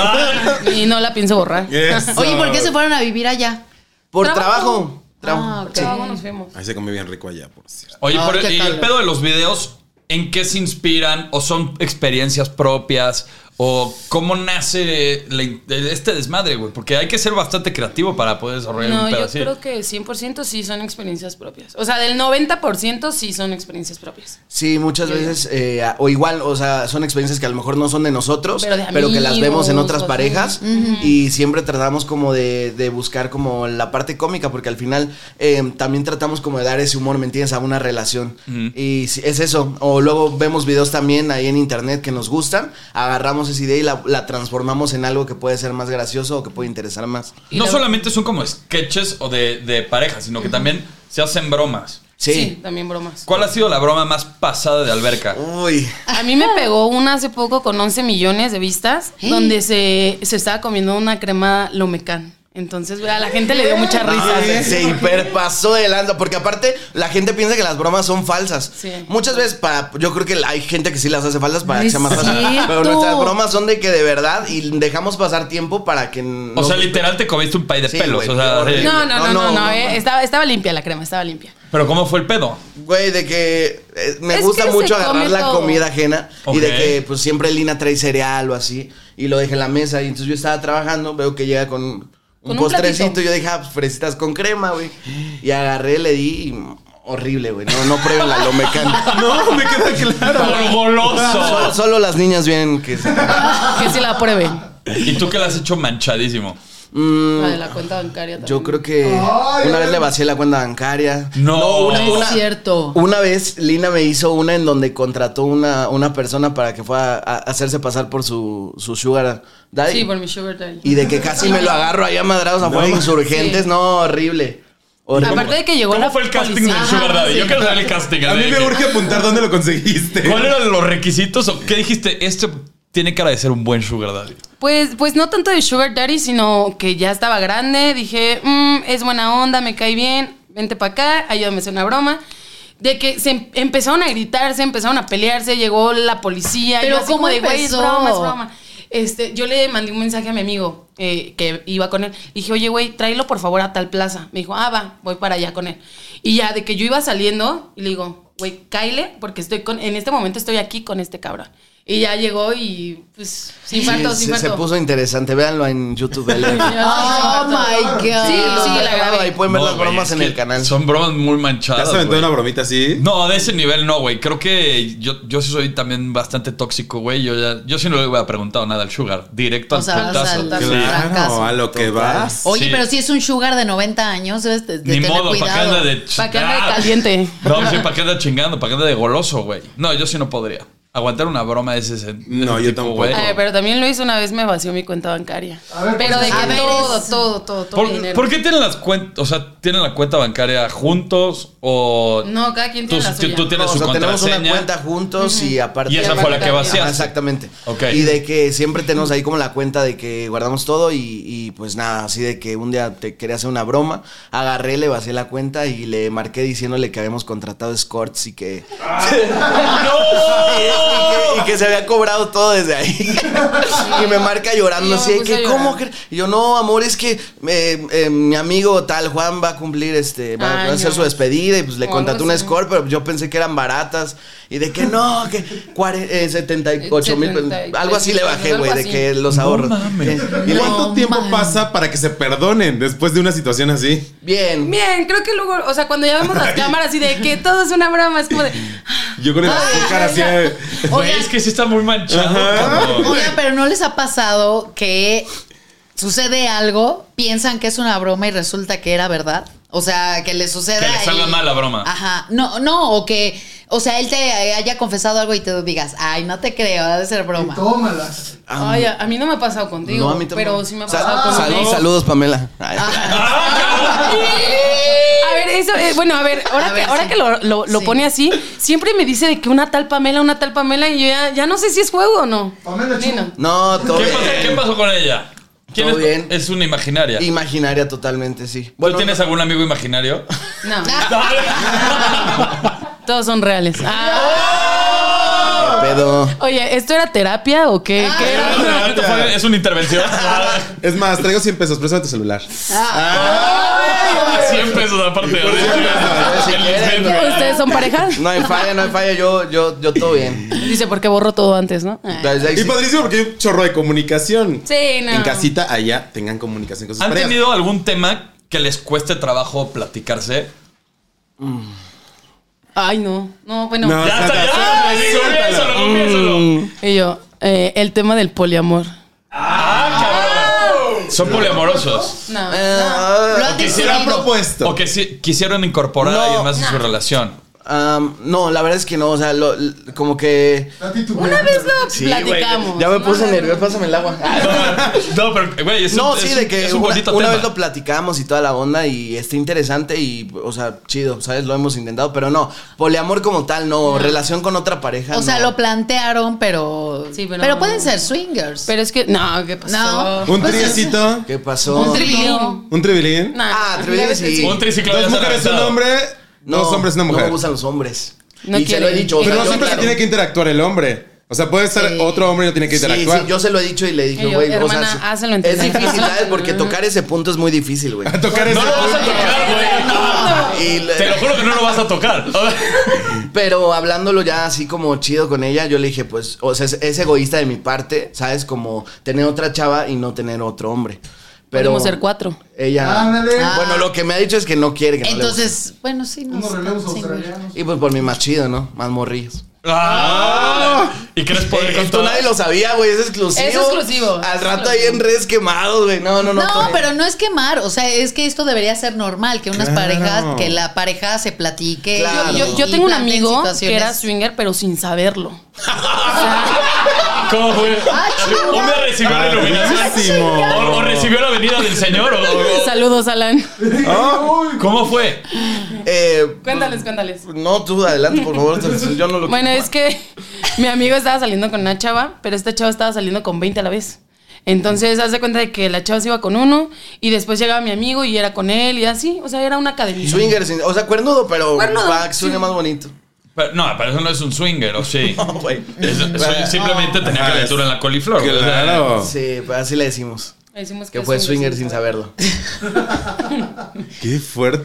Y no la pienso borrar.
Eso.
Oye, ¿por qué se fueron a vivir allá?
Por
Trabajo.
trabajo.
Ah,
Trabajo.
ok.
Sí.
Luego nos fuimos.
Ahí se come bien rico allá, por cierto.
Oye,
Ay,
por-
qué
y el
calor.
pedo de los videos, ¿en qué se inspiran? ¿O son experiencias propias? ¿O cómo nace la in- este desmadre, güey? Porque hay que ser bastante creativo para poder desarrollar
No,
un pedo
yo
así.
creo que 100% sí son experiencias propias. O sea, del 90% sí son experiencias propias.
Sí, muchas veces, eh, o igual, o sea, son experiencias que a lo mejor no son de nosotros,
Pero de
que las
amigos,
vemos en
o
otras
así.
parejas y siempre tratamos como de, de buscar como la parte cómica, porque al final eh, también tratamos como de dar ese humor, ¿me entiendes?, a una relación. Y sí, es eso, o luego vemos videos también ahí en internet que nos gustan, agarramos esa idea y la, la transformamos en algo que puede ser más gracioso o que puede interesar más.
Y
no
la-
solamente son como sketches o de, de parejas, sino que también se hacen bromas.
Sí.
también bromas.
¿Cuál ha sido la broma más pasada de alberca?
Uy,
A mí me pegó una hace poco con 11 millones de vistas,
¿Eh?
donde se, se estaba comiendo una crema Lomecán. Entonces, güey, a la gente le dio
Ah,
mucha risa.
Ay, Ah, se hiperpasó de lanza. Porque aparte, la gente piensa que las bromas son falsas.
Sí.
Muchas veces, para, yo creo que hay gente que sí las hace falsas para
No
que
es
sea más fácil.
cierto.
Pero nuestras bromas son de que de verdad y dejamos pasar tiempo para que.
o sea, literal te comiste un pay de
Sí,
pelos.
güey,
o sea,
horrible.
sí.
No, no, no, no,
No,
no,
no, no,
eh,
no.
Estaba, estaba limpia la crema, estaba limpia.
Pero ¿cómo fue el pedo?
Güey, de que eh, me
Es
gusta
que se
mucho
come
agarrar la
todo.
comida ajena y
Ok.
de que pues siempre Lina trae cereal o así y lo dejé en la mesa y entonces yo estaba trabajando, veo que llega con un
Con un
postrecito
platito.
y yo dije, ah, pues fresitas con crema, güey. Y agarré, le di y mm, horrible, güey. No, no prueben la
[LAUGHS]
lomecán.
No, me queda claro.
Solo, [LAUGHS]
¡Goloso!
solo las niñas vienen que se- [LAUGHS]
Que sí la prueben.
y tú que la has hecho manchadísimo.
La de la cuenta bancaria también.
Mm. Yo creo que
Ay,
una
a
vez
ver.
le vacié la cuenta bancaria.
No.
una,
No
una-
es cierto.
una vez Lina me hizo una en donde contrató una, una persona para que fuera a, a hacerse pasar por su, su sugar daddy.
Sí, por mi sugar daddy.
y de que casi me lo agarro ahí a madrados afuera de insurgentes.
Sí.
No, horrible. Horrible.
Aparte de que llegó
¿Cómo
la
fue el casting
policía.
del Sugar Daddy? Yo
Ajá,
quiero saber el casting.
A mí me urge apuntar dónde lo conseguiste.
¿Cuáles eran los requisitos o qué dijiste? Este tiene cara de ser un buen Sugar Daddy.
Pues, pues no tanto de Sugar Daddy, sino que ya estaba grande. Dije, "Mm, es buena onda, me cae bien, vente para acá, ayúdame a hacer una broma. De que se em- empezaron a gritar, se empezaron a pelearse, llegó la policía. yo
Pero
así
¿cómo
como de, "Güey, es
empezó?
broma, es broma. Este, yo le mandé un mensaje a mi amigo eh, que iba con él. Dije, oye, güey, tráelo por favor a tal plaza. Me dijo, ah, va, voy para allá con él. Y ya de que yo iba saliendo, y le digo, güey, cáile, porque estoy con, en este momento estoy aquí con este cabrón. Y ya llegó y pues sin
Sí,
infarto, sin
se, se
infarto. [LAUGHS]
puso interesante. Véanlo en YouTube. el-
Oh my God.
Sí,
Lo
sí,
está
la
grabado,
grabé.
Ahí pueden ver
No,
las
güey,
bromas
es
en
que
el canal.
Son bromas muy
¿Ya
manchadas.
se aventó
güey.
una bromita así?
No, de ese nivel no, güey. Creo que yo, yo sí soy también bastante tóxico, güey. Yo, ya- yo sí no le hubiera preguntado nada al Sugar. Directo
O
al
sea, vas
putazo.
al-
Sí.
al- Fracaso.
Claro, a lo que vas.
Oye,
Sí.
pero si es un sugar de 90 años, debes de, de
Ni
tener
modo, para que
cuidado.
anda de
Pa' que ande
Ah.
caliente.
No, sí, para que anda chingando, para que anda de goloso, güey. No, yo sí no podría. Aguantar una broma de ese, de ese
No, yo tampoco.
güey.
Ay, pero también lo hizo una vez, me vació mi cuenta bancaria.
A ver,
pero
pues,
de
a
que
ver,
todo,
es-
todo, todo, todo. mi
¿Por,
dinero.
por qué tienen las cuentas? O sea, ¿tienen la cuenta bancaria juntos? O
No, cada quien tiene
tú,
la
tú-
suya.
tú tienes
No, o
su
sea, tenemos una
contraseña.
cuenta juntos y aparte.
Y esa fue la que vaciaste.
Ajá, Exactamente.
Ok.
Y de que siempre tenemos ahí como la cuenta de que guardamos todo y, y pues nada, así de que un día te quería hacer una broma, agarré, le vacié la cuenta y le marqué diciéndole que habíamos contratado escorts
[LAUGHS]
y que. [LAUGHS] Y, que, y que se había cobrado todo
[LAUGHS]
desde ahí. y me marca llorando
Yo me
así, de
puse
que
a
¿cómo?
llorar.
cre-?" Y yo, no, amor, es que eh, eh, mi amigo tal Juan va a cumplir este, va
Ay,
a hacer
no.
su despedida y pues le
O
contraté
algo
una
así.
escort, pero yo pensé que eran baratas. Y de que no, que cuare- eh, 78 mil pesos.
73
Algo así le
mil
bajé,
pesos,
güey,
algo
de
así.
que los ahorros. Eh, y le-
¿Cuánto
No,
tiempo
man.
pasa para que se perdonen después de una situación así?
bien.
Bien, creo que luego, o sea, cuando ya
[LAUGHS]
vemos las cámaras y de que todo es una broma, es como de.
Yo con el azúcar así. eh,
Güey,
Oigan.
es que sí está muy manchado.
Ajá.
cabrón. [LAUGHS]
Oigan, pero ¿no les ha pasado que sucede algo, piensan que es una broma y resulta que era verdad? O sea, que le suceda.
Que le salga
y-
mal la broma.
Ajá. No, no, o que. O sea, él te haya confesado algo y te digas, ay, no te creo, ha de ser broma. [LAUGHS]
Tómalas.
Ay, a, a mí no me ha pasado contigo.
No, a mí tampoco.
Pero sí me ha
Sa-
pasado con Ah.
salud-
un ex.
Saludos, Pamela. Ay.
A ver, eso, eh, bueno, a ver, ahora
A
que,
ver,
ahora
sí.
que lo, lo- lo
Sí.
pone así, siempre me dice de que una tal Pamela, una tal Pamela, y yo ya, ya no sé si es juego o no.
Pamela Chu.
Nina.
No, todo
¿Qué,
bien.
pasó, qué pasó con ella? ¿Quién
Todo
es,
bien.
es una imaginaria?
Imaginaria totalmente, sí.
¿Tú tienes algún amigo imaginario? [LAUGHS]
No, todos son reales. Ah.
no, pedo.
Oye, ¿esto era terapia o qué? ¿Qué Ah. era?
es una intervención.
Es más, traigo 100 pesos, préstame tu celular.
Ah,
100 pesos aparte. [LAUGHS] El
¿Qué, ¿Ustedes son pareja?
No hay falla, no hay falla. Yo, yo, yo todo bien.
Dice, porque borró todo antes, ¿no? Ah.
Desde ahí
Y
sí.
pues,
padrísimo porque hay un chorro de comunicación.
Sí, no.
En casita allá tengan comunicación con sus
¿Han
parejas.
tenido algún tema que les cueste trabajo platicarse?
Ay, no. No, bueno.
No,
Ya
Sandra,
está, ya.
suéltalo, suéltalo.
Confiésalo, confiésalo.
Y yo, eh, el tema del poliamor.
Son poliamorosos.
No.
Eh, ah,
Lo han
Será
decidido.
propuesto.
O que sí- quisieron incorporar a
No.
alguien más en su relación.
am, no, la verdad es que no. O sea, lo- l- como que.
Está titubeando.
Una vez lo
Sí, güey,
platicamos.
Ya me puse
No,
nervioso. Pásame el agua.
No, pero, güey, es un,
No,
es
sí,
un-
de que
es un
una,
bonito
una
tema.
vez lo platicamos y toda la onda y está interesante y, o sea, chido, ¿sabes? Lo hemos intentado, pero no, poliamor como tal, no, relación con otra pareja.
O sea,
no.
lo plantearon, pero.
Sí, pero-
pero. pueden ser swingers.
Pero es que, no, ¿qué pasó? Pues,
No.
Un triecito.
¿Qué pasó?
Un trilín.
Un tribilín.
No.
Ah, atrevido, sí.
Un triciclo
Dos
ya se
mujeres, un
lanzado.
hombre. Dos hombres, una
No
mujer.
me gustan los hombres.
No
y se lo he
quieren.
dicho. o
Pero
sea,
no
yo-
siempre se tiene que interactuar el hombre. O sea, puede ser
Sí.
otro hombre y no tiene que
Sí, sí,
interactuar.
yo se lo he dicho y le
Y
dije,
yo,
güey, o
hermana,
sea,
hazlo
es
entender.
difícil, ¿sabes?
[LAUGHS]
Porque tocar ese punto es muy difícil, güey.
A [LAUGHS] tocar ese
No lo vas a
punto.
tocar, güey.
Y le-
Te lo juro que [LAUGHS] no lo vas a tocar.
Pero hablándolo ya así como chido con ella, yo le dije, pues, o sea, es, es egoísta de mi parte, ¿sabes? Como tener otra chava y no tener otro hombre. Pero
Podemos ser cuatro.
Ella.
Ándale.
Ah.
Bueno, lo que me ha dicho es que no quiere que no le guste.
Entonces, bueno, sí, no
Unos
sé,
relevos
swingers.
australianos.
Y pues por mí más chido, ¿no? Más morrillos.
Ah, ¿Y crees poder
Eh,
con
esto
todas?
nadie lo sabía, güey. Es exclusivo.
Es exclusivo.
Al rato ahí en redes quemados, güey. No, no, no.
No, pero no es quemar, o sea, es que esto debería ser normal, que unas
Claro.
parejas, que la pareja se platique.
Claro.
Yo, yo
y
tengo un
planteen
amigo que
situaciones.
era swinger, pero sin saberlo. O sea,
¿Cómo fue?
Ah, chinga.
Un día recibió la
Ah,
iluminación.
Buenísimo.
O, o recibió la venida del Señor. o- o-
saludos, Alan.
¿Cómo fue?
Eh,
Cuéntales, cuéntales.
no, tú adelante, por favor. Yo no lo
Bueno, es que mi amigo estaba saliendo con una chava, pero esta chava estaba saliendo con 20 a la vez. Entonces, haz de cuenta de que la chava se iba con uno y después llegaba mi amigo y era con él y así. O sea, era una cadena.
Swinger, sin- o sea, cuernudo, pero
Cuernudo,
va, que suena más bonito.
Pero, no, pero eso no es un swinger, ¿o sí?
No, güey.
Es- es-
Bueno,
simplemente tenía
Ajá,
calentura en la coliflor. güey, o sea,
Claro.
Sí, pues así le decimos.
Le decimos
Que fue
es
swinger sin [LAUGHS] saberlo.
Qué fuerte.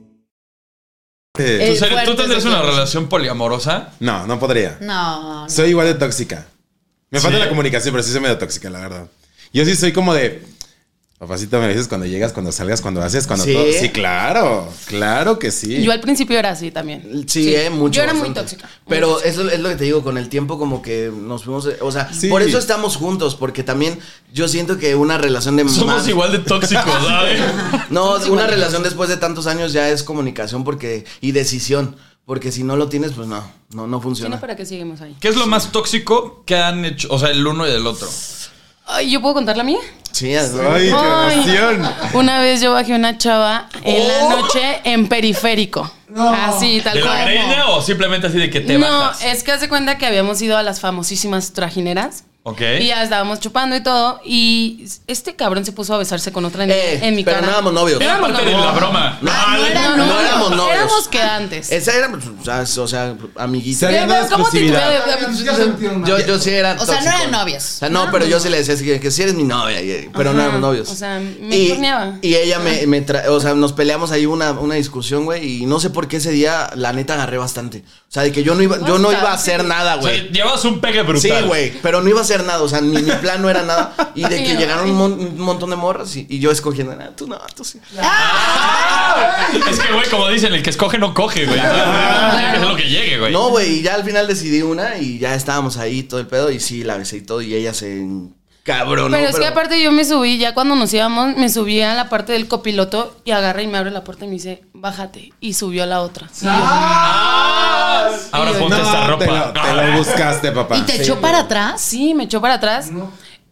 ¿Tú,
Eh,
ser- ¿Tú tendrías
fuertes
una
declaraciones.
relación poliamorosa?
No, no podría.
No, no.
Soy igual de tóxica. Me falta
Sí.
la comunicación, pero sí soy medio tóxica, la verdad. Yo sí soy como de. Papacito, me dices cuando llegas, cuando salgas, cuando haces, cuando
¿Sí?
todo. Sí, claro. Claro que sí.
Yo al principio era así también.
Sí, eh, mucho.
Yo era muy
bastante.
tóxica. muy
Pero
tóxica.
eso es lo que te digo, con el tiempo como que nos fuimos, eh, o sea,
Sí.
por eso estamos juntos, porque también yo siento que una relación de
Somos
más-
igual de tóxicos, ¿sabes?
[LAUGHS]
[LAUGHS]
No, una relación después de tantos años ya es comunicación porque y decisión, porque si no lo tienes pues no, no no
Si no,
funciona.
¿para qué seguimos ahí?
¿Qué es lo más tóxico que han hecho? O sea, el uno y el otro.
Ay, ¿Yo puedo contar la mía?
Sí, es-
¡Ay, qué
Ay.
emoción!
Una vez yo bajé una chava en
Oh.
la noche en periférico. Así, tal
¿De la
cual.
greña o simplemente así de que te
no, eh,
bajas?
es que hace cuenta que habíamos ido a las famosísimas trajineras.
Ok.
Y ya estábamos chupando y todo. Y este cabrón se puso a besarse con otra en,
Eh,
en mi
pero
cara.
no éramos novios.
Era
Éramos
parte de
novios.
la broma.
Ah, no,
era
no,
no,
no,
éramos novios.
Éramos quedantes.
Esa era pues, o sea, o sea, amiguita.
Era una
¿Cómo te
exclusividad.
Ya se metieron
Yo,
una-
yo sí era
O sea, no
tóxico.
eran novios.
O sea, no, pero yo sí le decía así que, que sí eres mi novia, y- pero no
Ajá,
éramos novios.
o sea, me
y,
corneaba.
y ella me, me tra- o sea, nos peleamos ahí una, una discusión, güey, y no sé por qué ese día la neta agarré bastante. O sea, de que yo no iba, yo no iba a hacer nada,
O sea,
güey.
llevas un pegue
Sí,
brutal.
güey, pero no iba a hacer nada, o sea, ni mi plan no era nada. Y de que
Sí,
llegaron
ay.
un, mon- un montón de morras y, y yo escogiendo, ah, tú no, tú sí.
Ah, Es que, güey, como dicen, el que escoge no coge, güey. Tiene que ser lo que llegue, güey.
Ah, No, güey, y ya al final decidí una y ya estábamos ahí todo el pedo y sí, la besé y todo y ella se cabrón.
Pero es que aparte yo me subí, ya cuando nos íbamos, me subí a la parte del copiloto y agarra y me abre la puerta y me dice, bájate. Y subió a la otra.
Ah, Ahora
Sí,
ponte
No,
esta
Te lo,
ropa. Ah,
te lo buscaste, papá.
¿Y te echó para atrás?
Sí, me echó para atrás.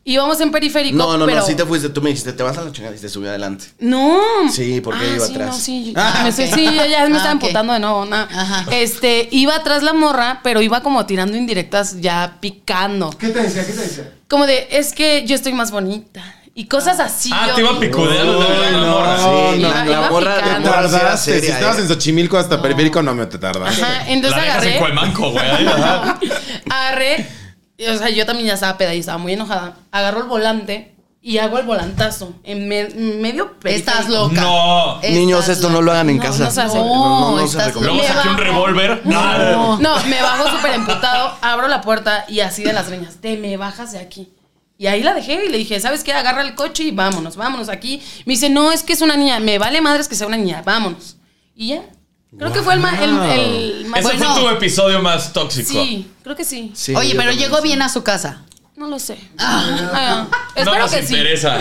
Íbamos en periférico.
No, no,
pero...
no, sí te fuiste, tú me dijiste, te vas a la chingada y te subí adelante.
No.
Sí, porque
Ah,
iba
sí,
atrás.
no, sí,
Ah,
me estoy-
ok.
sí, ya, ya me
Ah,
estaba
ok.
emputando de nuevo. na.
Ajá.
Este, iba atrás la morra, pero iba como tirando indirectas, ya picando.
¿Qué te decía? ¿Qué te decía?
Como de, es que yo estoy más bonita. Y cosas así.
Ah,
yo-
te iba a picudear
No,
de la
no.
morra.
Sí,
Sí,
no,
la,
iba-
la
iba
morra la
picando.
Te
morra sí era
tardaste. Si
seria,
estabas
eh.
en Xochimilco hasta periférico, no me te tardaste.
Ajá, entonces
la dejas en
agarré.
Cuemanco,
[LAUGHS]
güey. ahí, ajá.
Agarré. y, O sea, yo también ya estaba peda y estaba muy enojada. Agarro el volante y hago el volantazo. En me- medio
Estás
periférico.
loca.
No.
Estás
Niños, esto no lo hagan en
No,
casa.
no se hace.
No, estás
Luego
Le
saqué un
bajo.
revólver. Ah. No.
No.
No, me bajo súper emputado, abro la puerta y así de las greñas, te me bajas de aquí. Y ahí la dejé y le dije, ¿sabes qué? Agarra el coche y vámonos, vámonos aquí. Me dice, no, es que es una niña, me vale madres que sea una niña, vámonos. Y ya. Creo que fue el, ma- el, el más...
Ese
Bueno.
fue tu episodio más tóxico.
sí, creo que sí.
Sí,
Oye,
yo
pero
también,
llegó
sí. [LAUGHS]
bien a su casa.
No lo sé. Ah,
no
Espero
nos
que sí.
interesa.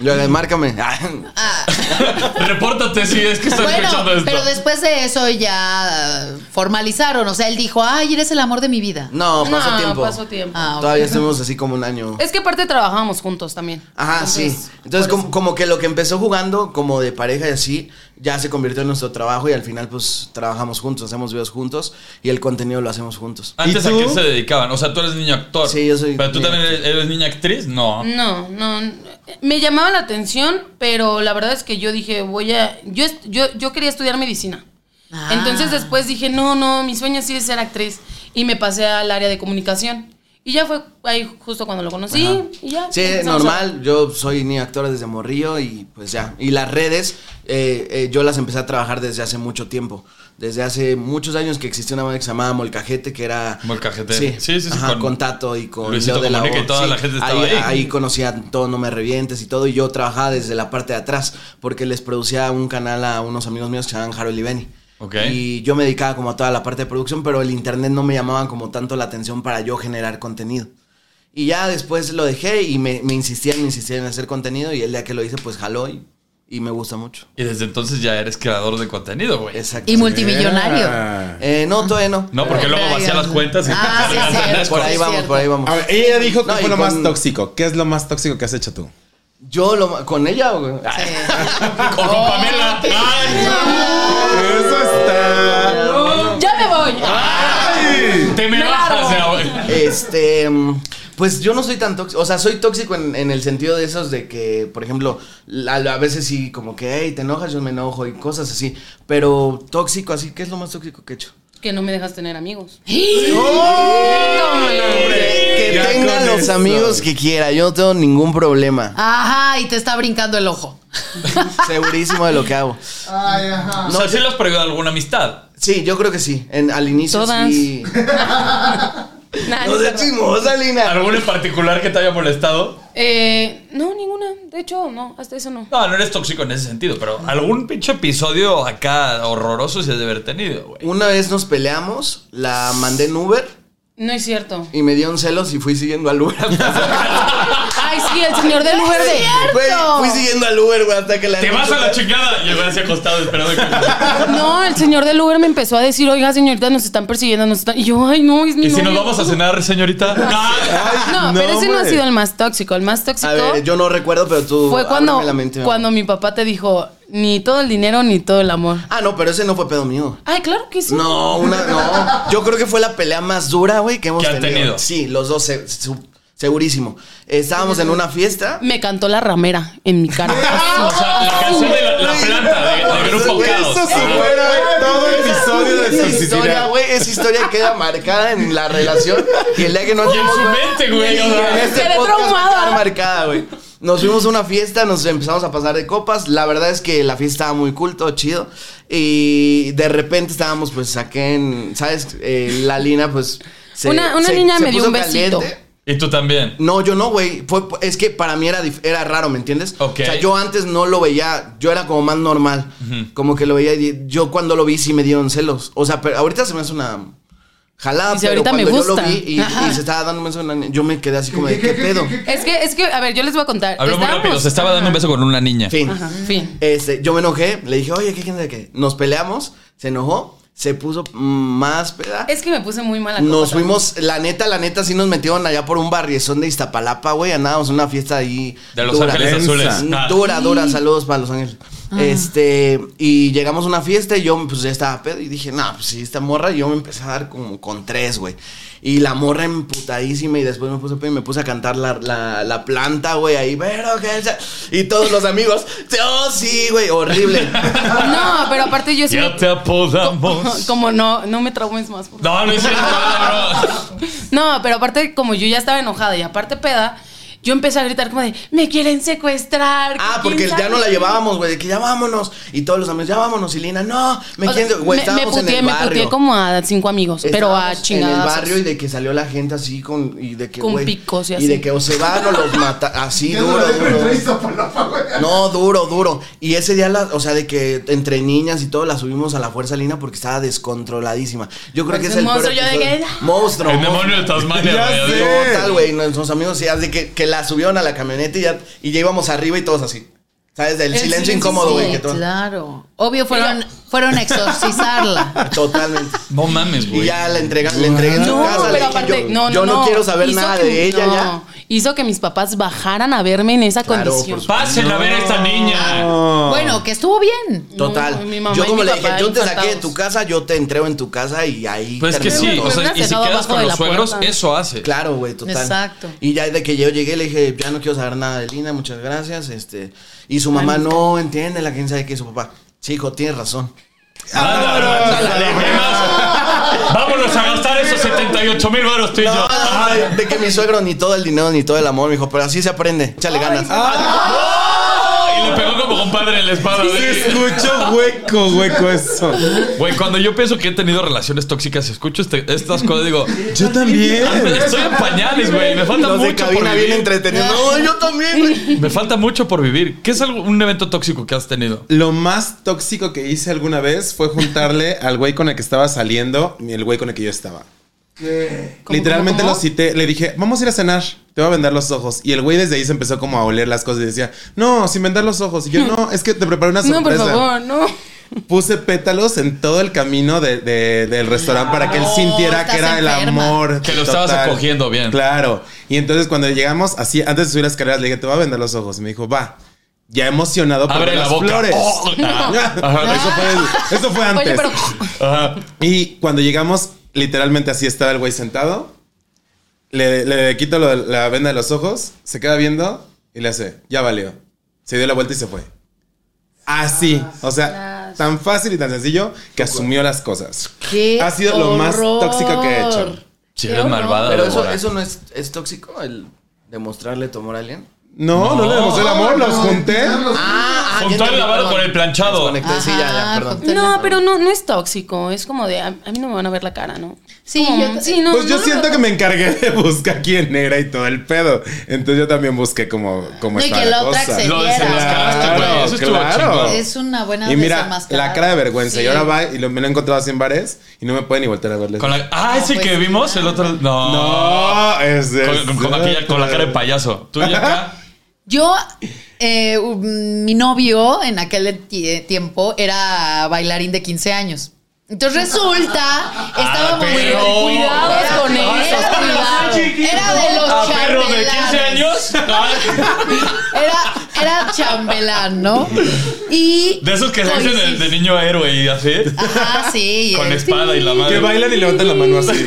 Yo, de, márcame. [LAUGHS]
Ah,
[LAUGHS] Repórtate si es que está
bueno,
escuchando esto.
pero después de eso ya eh, formalizaron. O sea, él dijo, ay, eres el amor de mi vida.
No, pasó tiempo.
pasó tiempo.
Ah, ok.
Todavía estuvimos así como un año.
Es que aparte trabajábamos juntos también.
Ajá, sí. Entonces, como, como que lo que empezó jugando como de pareja y así, ya se convirtió en nuestro trabajo y al final pues trabajamos juntos, hacemos videos juntos y el contenido lo hacemos juntos.
Antes
¿Y
a
tú?
qué se dedicaban. O sea, tú eres niño actor.
Sí, yo soy
Pero tú
niño
también eres, eres niña actriz, no.
Mm.
No, no. n- Me llamaba la atención, pero la verdad es que yo dije, voy a. Yo, est- yo, yo quería estudiar medicina.
Ah.
Entonces después dije, no, no, mi sueño sí es ser actriz. Y me pasé al área de comunicación. Y ya fue ahí justo cuando lo conocí. Y ya.
Sí,
empezamos a-
normal. Yo soy ni actor desde morrillo y pues ya. Y las redes, eh, eh, yo las empecé a trabajar desde hace mucho tiempo. Desde hace muchos años que existía una banda que se llamaba Molcajete, que era...
Molcajete.
Sí,
Sí, sí, sí,
ajá,
con
con, Tato y con...
Luisito
Leo de la
Comunica y
O.
toda la gente estaba
ahí,
ahí.
conocía todo, No Me Revientes y todo. Y yo trabajaba desde la parte de atrás porque les producía un canal a unos amigos míos que se llamaban Harold y Benny.
Ok.
Y yo me dedicaba como a toda la parte de producción, pero el internet no me llamaba como tanto la atención para yo generar contenido. Y ya después lo dejé y me, me insistían, me insistían en hacer contenido y el día que lo hice pues jaló y, y me gusta mucho.
Y desde entonces ya eres creador de contenido, güey.
Exacto.
Y multimillonario.
Ah.
Eh, no, todavía no.
No, porque luego vacía las cuentas y [LAUGHS]
Ah, sí, es cierto,
Por ahí
es
vamos,
cierto.
por ahí vamos.
A ver, ella dijo que
No,
fue
y
lo más
con-
tóxico. ¿Qué es lo más tóxico que has hecho tú?
Yo lo... ma- ¿Con ella? güey?
o con Pamela. Ay,
Eso está.
Ya me voy.
ay, te me
Claro.
bajas, ya, güey.
Este, mm, pues yo no soy tan tóxico, o sea, soy tóxico en, en el sentido de esos de que, por ejemplo, la- a, veces sí, como que, hey, te enojas, yo me enojo y cosas así, pero tóxico, así, ¿qué es lo más tóxico que he hecho?
Que no me dejas tener amigos.
Que
Ya
tengan
con
los
eso.
amigos que quiera, yo no tengo ningún problema,
Ajá, y te está brincando el
[LAUGHS]
ojo.
segurísimo de lo que hago.
Ay, ajá.
O sea, ¿sí le has perdido alguna amistad?
Sí, yo creo que sí, en, al inicio
Todas.
sí. [LAUGHS]
Nah,
No
no
seas
es cierto.
chismosa, Lina.
¿Alguna en particular que te haya molestado?
Eh, no, ninguna. De hecho, no, hasta eso no.
No, no eres tóxico en ese sentido, pero algún pinche episodio acá horroroso se ha de haber tenido, güey.
Una vez nos peleamos, la mandé en Uber
No es cierto.
y me dio un celos y fui siguiendo al Uber
[LAUGHS]
hasta
Ay, sí, el señor del Uber de.
Güey, fui siguiendo al Uber, güey, hasta que la.
Te vas a la chingada y el güey así acostado esperando que...
No, el señor del Uber me empezó a decir, oiga, señorita, nos están persiguiendo, nos están. Y yo, ay, no, es
[LAUGHS]
mi
¿Y si nos
novio".
vamos a cenar, señorita? No.
No,
No,
pero ese no ha
hombre.
sido el más tóxico. El más tóxico
A ver, yo no recuerdo, pero tú.
fue cuando,
ábreme la mente, mi amor.
cuando mi papá te dijo, ni todo el dinero, ni todo el amor.
Ah, no, pero ese no fue pedo mío.
Ay, claro que sí.
No, una, no. Yo creo que fue la pelea más dura, güey, que hemos
Que han tenido.
Sí, los dos, se- su- segurísimo. Estábamos en una fiesta.
Me cantó la ramera en mi
[LAUGHS]
cara.
O sea, la canción de la, la planta de, de Grupo Caos. Ah.
Eso si
Ajá.
fuera todo episodio de
Esa historia,
toxicidad.
güey, esa historia queda marcada en la relación y el día que nos
Y en
vimos,
su
güey,
mente, güey. o
en
sea.
[LAUGHS]
este
Quedé
podcast va a
traumada.
quedar marcada, güey. Nos fuimos a una fiesta, nos empezamos a pasar de copas. La verdad es que la fiesta estaba muy culto, chido. Y de repente estábamos, pues, aquí en, ¿sabes? Eh, la Lina, pues...
Una- una niña me dio
puso
un besito.
Y tú también.
No, yo no, güey. Fue- Es que para mí era, dif- era raro, ¿me entiendes?
Ok.
O sea, yo antes no lo veía, yo era como más normal. Como que lo veía y di- yo cuando lo vi sí me dieron celos. O sea, pero ahorita se me hace una jalada,
Dice,
pero
"Ahorita me
cuando yo lo
gusta".
vi y,
Ajá.
y se estaba dando un beso, en la niña, yo me quedé así como de, ¿qué pedo?
Es que, es que, a ver, yo les voy a contar.
Habló muy
Estábamos-
rápido. Se estaba dando un beso con una niña.
Fin.
Ajá, fin.
Este, yo me enojé, le dije, oye, ¿qué quién sabe qué? Nos peleamos, se enojó, se puso mm, más peda.
Es que me puse muy mala. copa
Nos
también.
fuimos, la neta, la neta, sí nos metieron allá por un barriezón de Iztapalapa, güey. Andábamos en una fiesta ahí.
De Los
dura. Mm,
Ángeles
Densa.
Azules. Ah.
Dura, dura, saludos para Los Ángeles. Este, y llegamos a una fiesta y yo, pues ya estaba pedo y dije, nah, pues sí, esta morra. Y yo me empecé a dar como con tres, güey. Y la morra emputadísima y después me puse pedo y me puse a cantar la, la- la planta, güey, ahí, pero que. esa-". Y todos los amigos, oh, sí, güey, horrible.
No, pero aparte yo sí.
Ya
me-
te apodamos.
[LAUGHS] Como no, no me traumes más. por favor.
No, no es cierto, no, no.
No, pero aparte, como yo ya estaba enojada y aparte peda, yo empecé a gritar como de, me quieren secuestrar.
Ah,
¿quién
porque ya
sabe
no la
qué?".
llevábamos, güey, de que ya vámonos. Y todos los amigos, ya vámonos. Y Lina, no, me
O sea,
quieren. Güey,
me, me
estábamos en
puteé,
el
me
barrio.
puteé como a cinco amigos, pero a
Estábamos En el
chingadas.
barrio y de que salió la gente así con. Y de que,
Con
güey,
picos y así.
de que o se van o los mata. Así
Ya no
duro,
la dejo
duro.
entrar a Iztapalapa, güey.
No, duro, duro. Y ese día, la, o sea, de que entre niñas y todo la subimos a la fuerza Lina porque estaba descontroladísima. Yo creo
Parece
que es el
un
peor
monstruo, yo de
episodio.
que-
Monstruo.
El
monstruo.
demonio de Tasmania,
Ya
güey.
sé.
Total, güey, nuestros amigos, sí, así que, que la subieron a la camioneta y ya, y ya íbamos arriba y todos así. ¿Sabes? Del
El
silencio,
silencio,
incómodo,
sí,
güey. que todo-
Claro. Obvio fueron, fueron
[LAUGHS]
a exorcizarla.
Totalmente.
No mames,
Y
güey.
ya la entregan, le entregué en su
No,
casa. le
pero
dije,
aparte,
yo,
no, no,
yo no, quiero saber
Hizo
nada
que-
de ella
no.
ya.
Hizo que mis papás bajaran a verme en esa
Claro,
condición.
por supuesto.
Pásenla a ver a esta niña.
Ah.
Bueno, que estuvo bien.
No,
Total.
mi mamá
yo
y
como
mi
le dije,
papá
yo te saqué de
encantados.
tu casa, yo te entrego en tu casa y ahí.
Pues es que
terminó
sí,
todo.
o sea, y si
Pero
quedas
abajo
con
de
los
la
suegros,
puerta.
eso hace.
Claro, güey, total.
Exacto.
Y ya desde que yo llegué le dije, ya no quiero saber nada de Lina, muchas gracias. Este, y su mamá no entiende la quién sabe qué es su papá. Sí, hijo, tienes razón.
Vámonos. Además, Vámonos a gastar esos 78 mil baros tú y yo.
No, de, de que mi suegro ni todo el dinero ni todo el amor, me dijo, pero así se aprende. Échale ganas.
Y le pegó como compadre en la espada.
Se
güey.
escuchó hueco, hueco eso.
Güey, cuando yo pienso que he tenido relaciones tóxicas, escucho este- estas cosas,
[LAUGHS]
digo,
Yo también.
estoy en pañales, güey. Me falta
Los de
mucho por
cabina bien
vivir.
entretenidos. No, yo también. güey.
Me falta mucho por vivir. ¿Qué es algo- un evento tóxico que has tenido?
Lo más tóxico que hice alguna vez fue juntarle
[LAUGHS]
al güey con el que estaba saliendo y el güey con el que yo estaba. Literalmente
cómo,
lo
cómo?
cité, le dije, vamos a ir a cenar, te voy a vendar los ojos. Y el güey desde ahí se empezó como a oler las cosas y decía, no, sin vendar los ojos. Y
[LAUGHS]
yo, no, es que te preparé una sorpresa.
No, por favor, no.
Puse pétalos en todo el camino de- de- del restaurante para que él
No,
sintiera que
estás
era el
enferma.
amor.
Que lo estabas acogiendo bien.
Claro. Y entonces cuando llegamos, así, antes de subir las escaleras, le dije, te voy a vender los ojos. Y me dijo, va. Ya emocionado por
Abre
ver
la
las
boca.
flores.
Oh, ah.
[LAUGHS] Ajá, eso, fue, eso fue antes.
Oye, pero
Ajá.
Y cuando llegamos, literalmente así estaba el güey sentado. Le, le quito lo- la venda de los ojos, se queda viendo y le hace, ya valió. Se dio la vuelta y se fue. Así, o sea, tan fácil y tan sencillo que asumió las cosas.
¡Qué
Ha sido lo más
horror!
tóxico que he hecho.
Si eres malvada,
Pero eso,
Débora.
eso no es, es tóxico, el demostrarle tu amor a alguien.
No, no, le demostré el amor, los junté.
Ah,
Juntar el lavado con el planchado.
Desconecté, sí, ya, ya,
Ajá,
perdón.
con-
No, pero no, no es tóxico. Es como de, a, a mí no me van a ver la cara, ¿no?
Sí,
Como,
yo-
sí, no,
Pues
no
yo
lo
siento
veo.
que me encargué de buscar quién era y todo el pedo. Entonces yo también busqué como, como
No, y
estaba
que
la
la otra
cosa.
accediera.
Lo desenmascaraste, güey. Eso estuvo
Claro, claro.
chingón.
Es una buena
Y mira,
desenmascarada.
la cara de vergüenza.
Sí.
Y ahora va y lo, me lo he encontrado así en bares y no me pueden ni voltear a verles.
Con la- ah, ese
No,
que
pues,
vimos el otro. No.
No, es
Con, con- con aquella- con la cara de payaso. Tú y acá.
Yo, eh, um, mi novio en aquel ti- eh, tiempo era bailarín de 15 años. Entonces
Ah,
resulta, estábamos
Ah, pero-
Cuidado
Era-
con
era-
eso,
era-
cuidado.
Era de los
Ah, perro de 15
chambelanes.
años.
Era, era chambelán, ¿no? Y.
De esos que se hacen de,
coincis-
de niño héroe y así.
Ajá, Ah, sí.
Con este.
eh,
espada y la madre.
Que bailan y levantan la mano así.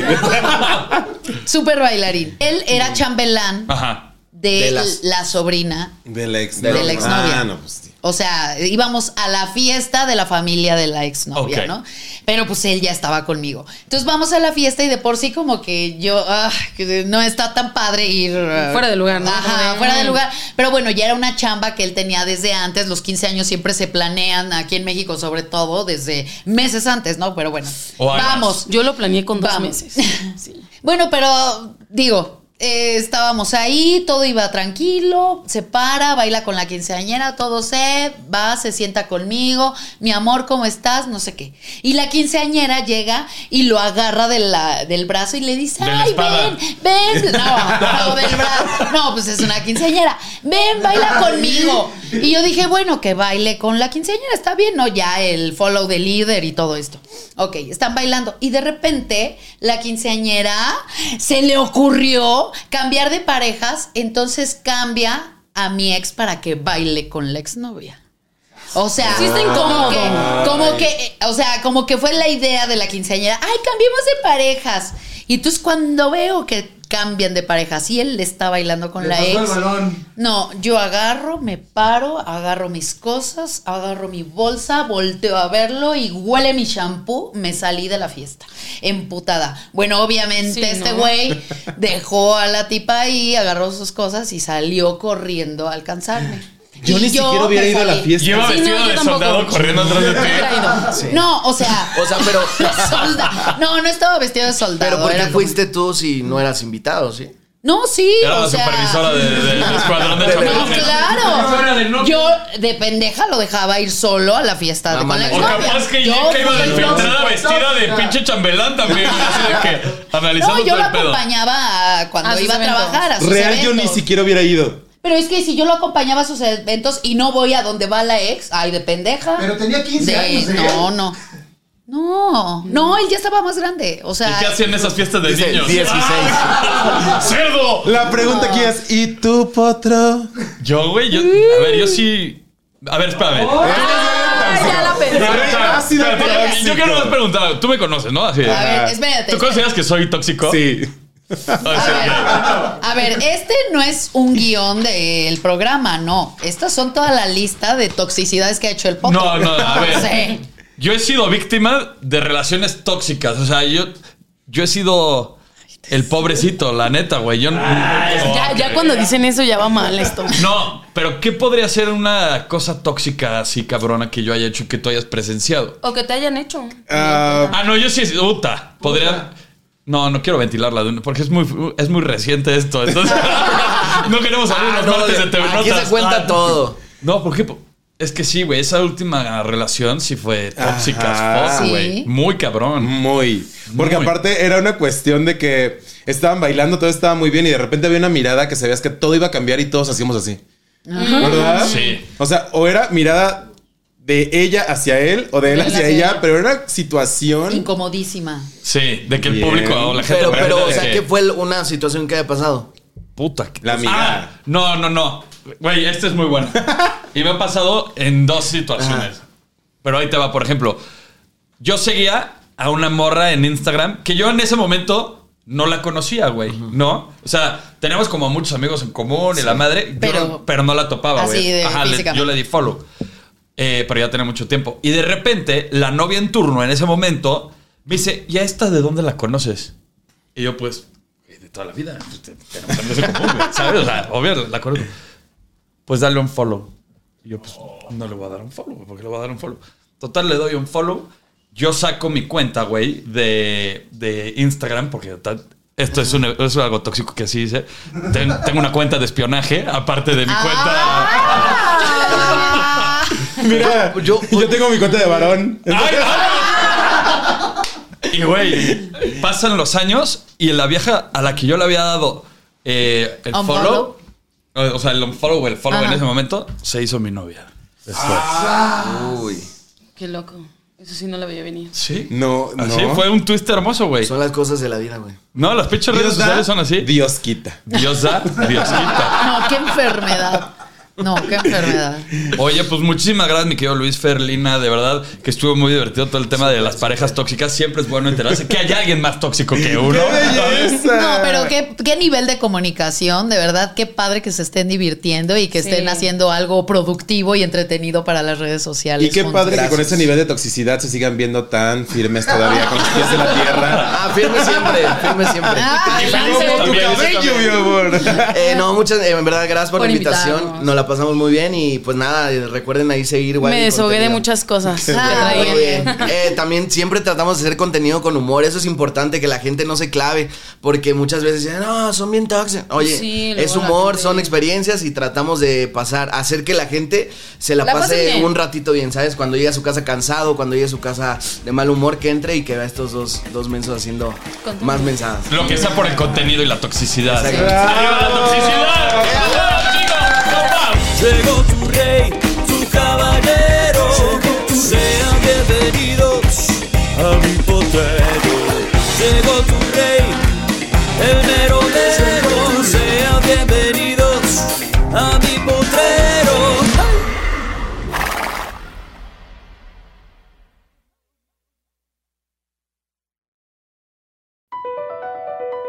Súper bailarín. Él
Mm.
era chambelán
Ajá.
de,
De las-
la sobrina
[LAUGHS] De la ex
de la exnovia.
Ah, no, pues sí.
O sea, íbamos a la fiesta de la familia de la exnovia,
Ok.
¿no? Pero pues él ya estaba conmigo. Entonces vamos a la fiesta y de por sí como que yo, ah, que no está tan padre ir... ah,
Fuera de lugar, ¿no?
Ajá,
Como de- mm.
fuera de lugar. Pero bueno, ya era una chamba que él tenía desde antes. Los 15 años siempre se planean aquí en México, sobre todo desde meses antes, ¿no? Pero bueno,
O años.
vamos.
Yo lo planeé con dos
Vamos.
meses.
[LAUGHS]
Sí.
Bueno, pero digo, eh, estábamos ahí, todo iba tranquilo, se para, baila con la quinceañera, todo se va, se sienta conmigo, mi amor, ¿cómo estás? No sé qué. Y la quinceañera llega y lo agarra de la- del brazo y le dice,
De la
ay,
espada.
ven, ven. No, no, del brazo. No, pues es una quinceañera. Ven, baila conmigo. Y yo dije, bueno, que baile con la quinceañera, está bien, ¿no? Ya el follow the líder y todo esto. Ok, están bailando. Y de repente, la quinceañera se le ocurrió cambiar de parejas, entonces cambia a mi ex para que baile con la exnovia. O sea,
Sí está
como
incómodo.
que, como que, eh, o sea, como que fue la idea de la quinceañera, ay, cambiemos de parejas. Y entonces cuando veo que cambian de parejas y él está bailando con
Le
la
pasó el
ex.
balón.
No, yo agarro, me paro, agarro mis cosas, agarro mi bolsa, volteo a verlo y huele mi shampoo, me salí de la fiesta, emputada. Bueno, obviamente
Sí,
este
¿no?
güey
[LAUGHS]
dejó a la tipa ahí, agarró sus cosas y salió corriendo a alcanzarme.
Yo
Y
ni siquiera
me
hubiera ido a la
salí.
fiesta.
Lleva
Sí, no,
vestido
yo
de
tampoco.
soldado corriendo atrás de ti.
No, o sea,
O sea,
[LAUGHS]
pero,
solda- no, no estaba vestido de soldado.
pero ¿por qué
era como-
fuiste tú si no eras invitado, sí?
No, sí.
Era
o
la
sea,
supervisora de- de- [LAUGHS] del escuadrón de
No,
chamanes. Supervisora de
claro.
no-
Yo de pendeja lo dejaba ir solo a la fiesta de,
No,
con la
mames.
O capaz que
Yo
Yeka iba
fui
de
el
infiltrada
no,
vestida de
no.
pinche chambelán también. Así de que analizando
No, yo
todo
lo
el pedo.
acompañaba a- cuando
A sus
iba a
eventos.
trabajar a sus
Real, yo ni
eventos.
siquiera hubiera ido.
Pero es que si yo lo acompañaba a sus eventos y no voy a donde va la ex, ay, de pendeja.
Pero tenía 15
De-
años, ¿eh?
No, no. No, no, él ya estaba más grande. O sea,
¿Y qué hacían esas fiestas de
Dice
niños?
16.
¡Ah! ¡Cerdo!
La pregunta aquí es, ¿y tú, potro?
Yo, güey, yo. A ver, yo sí. A ver, espérame.
Ah, ya la
Espérame,
pensé.
espérame,
Ha sido
espérame, espérame.
tóxico.
Yo quiero más preguntar. Tú me conoces, ¿no? Así de-
a
Ah.
ver, espérate.
¿Tú consideras que soy tóxico? Ah,
Sí.
O
A ver,
sea,
a ver, este no es un guión del programa, no. Estas son toda la lista de toxicidades que ha hecho el podcast.
No, no, a ver.
Sí.
Yo he sido víctima de relaciones tóxicas. O sea, yo, yo he sido el pobrecito, la neta, güey. Yo,
Ah,
Ya, ya cuando dicen eso ya va mal esto.
No, pero ¿qué podría ser una cosa tóxica así cabrona que yo haya hecho y que tú hayas presenciado?
O que te hayan hecho.
Ah,
Ah, no, yo sí, puta. Podría. No, no quiero ventilarla de una- porque es muy, es muy reciente esto. Entonces, [LAUGHS] no queremos abrir Ah, los
Ah, no,
martes de TV
aquí
Notas.
se cuenta
Ah,
todo.
No, porque es que sí, güey. Esa última relación sí fue tóxica,
Ajá.
as fuck,
Sí.
güey. Muy cabrón.
Muy. Porque
Muy.
aparte era una cuestión de que estaban bailando, todo estaba muy bien y de repente había una mirada que sabías que todo iba a cambiar y todos hacíamos así. ¿Verdad?
Mm. Sí.
O sea, o era mirada de ella hacia él o de él hacia
hacia
ella,
él.
pero era una situación.
Incomodísima.
Sí, de que el
Bien.
público o la gente.
Pero, pero,
aprende
o
de
sea,
que-
¿qué fue una situación que haya pasado?
Puta. que-
La
Ah,
mirada.
no, no, no. Güey, esta es muy buena. y me ha pasado en dos situaciones. Pero ahí te va, por ejemplo. Yo seguía a una morra en Instagram que yo en ese momento no la conocía, güey. ¿No? O sea, teníamos como muchos amigos en común y la madre. yo
Pero-
no- pero no la topaba,
Así
güey.
de
Ajá, le-
físicamente.
yo le di follow. Eh, pero ya tenía mucho tiempo. Y de repente, la novia en turno en ese momento me dice, ¿y a esta de dónde la conoces? Y yo, pues, de toda la vida. pues, te- [LAUGHS] Tenemos amigos en común, güey, ¿sabes? O sea, obvio, la conozco. Pues dale un follow. Y yo, pues, no le voy a dar un follow, güey, ¿por qué le voy a dar un follow? Total, le doy un follow. Yo saco mi cuenta, güey, de, de Instagram, porque tal- esto es, un- es algo tóxico que así dice. Ten- tengo una cuenta de espionaje, aparte de mi cuenta.
Ah.
Mira, [LAUGHS] yo, tengo mi cuenta de varón.
¡Ay, ay! Y güey, pasan los años y la vieja a la que yo le había dado eh, el follow,
Unfollow.
o sea, el follow, el follow en
Ajá.
ese momento, se hizo mi novia. Después.
Uy.
Qué loco. Eso sí no la veía venir.
Sí.
No, no.
Así fue un twist hermoso, güey.
Son las cosas de la vida, güey.
No, las pinches redes
Dios da,
sociales son así.
Dios quita.
Dios da, Dios quita.
No, qué enfermedad. No, qué enfermedad.
Oye, pues muchísimas gracias, mi querido Luis Ferlina. De verdad que estuvo muy divertido todo el tema de las parejas tóxicas. Siempre es bueno enterarse que hay alguien más tóxico que uno.
No, pero qué, qué nivel de comunicación, de verdad, qué padre que se estén divirtiendo y que
Sí.
estén haciendo algo productivo y entretenido para las redes sociales.
Y qué
juntos.
padre que con ese nivel de toxicidad se sigan viendo tan firmes todavía con los pies de la tierra.
Ah, firme siempre, firme siempre.
Ah,
Y
adelante.
luego
Tu
También.
cabello, mi amor.
Eh, no, muchas, eh, en verdad, gracias por,
Por
la invitación.
invitarnos.
Nos la pasamos muy bien y pues nada, eh, recuerden ahí seguir. igual
Me
el
deshogué de
contenido.
muchas
[LAUGHS]
cosas. que
Ah,
traía.
Muy bien. [LAUGHS] Eh, también siempre tratamos de hacer contenido con humor. Eso es importante, que la gente no se clave. Porque muchas veces dicen, no, son bien tóxicos. Oye,
Sí, luego
es
la
humor,
gente-
son experiencias y tratamos de pasar, hacer que la gente se la,
La pasen
pase
bien.
un ratito bien, ¿sabes? Cuando llega a su casa cansado, cuando llega a su casa de mal humor, que entre y que vea estos dos, dos mensos haciendo
Contenido.
más mensadas.
Lo que sea por el contenido y la toxicidad.
Exacto.
¡Arriba la toxicidad! ¡Arriba, chicos! ¡No más!
Llegó tu rey, tu caballero. Sean bienvenidos a mi potrero. Llegó tu rey, el merodero. Sean bienvenidos a mi potrero.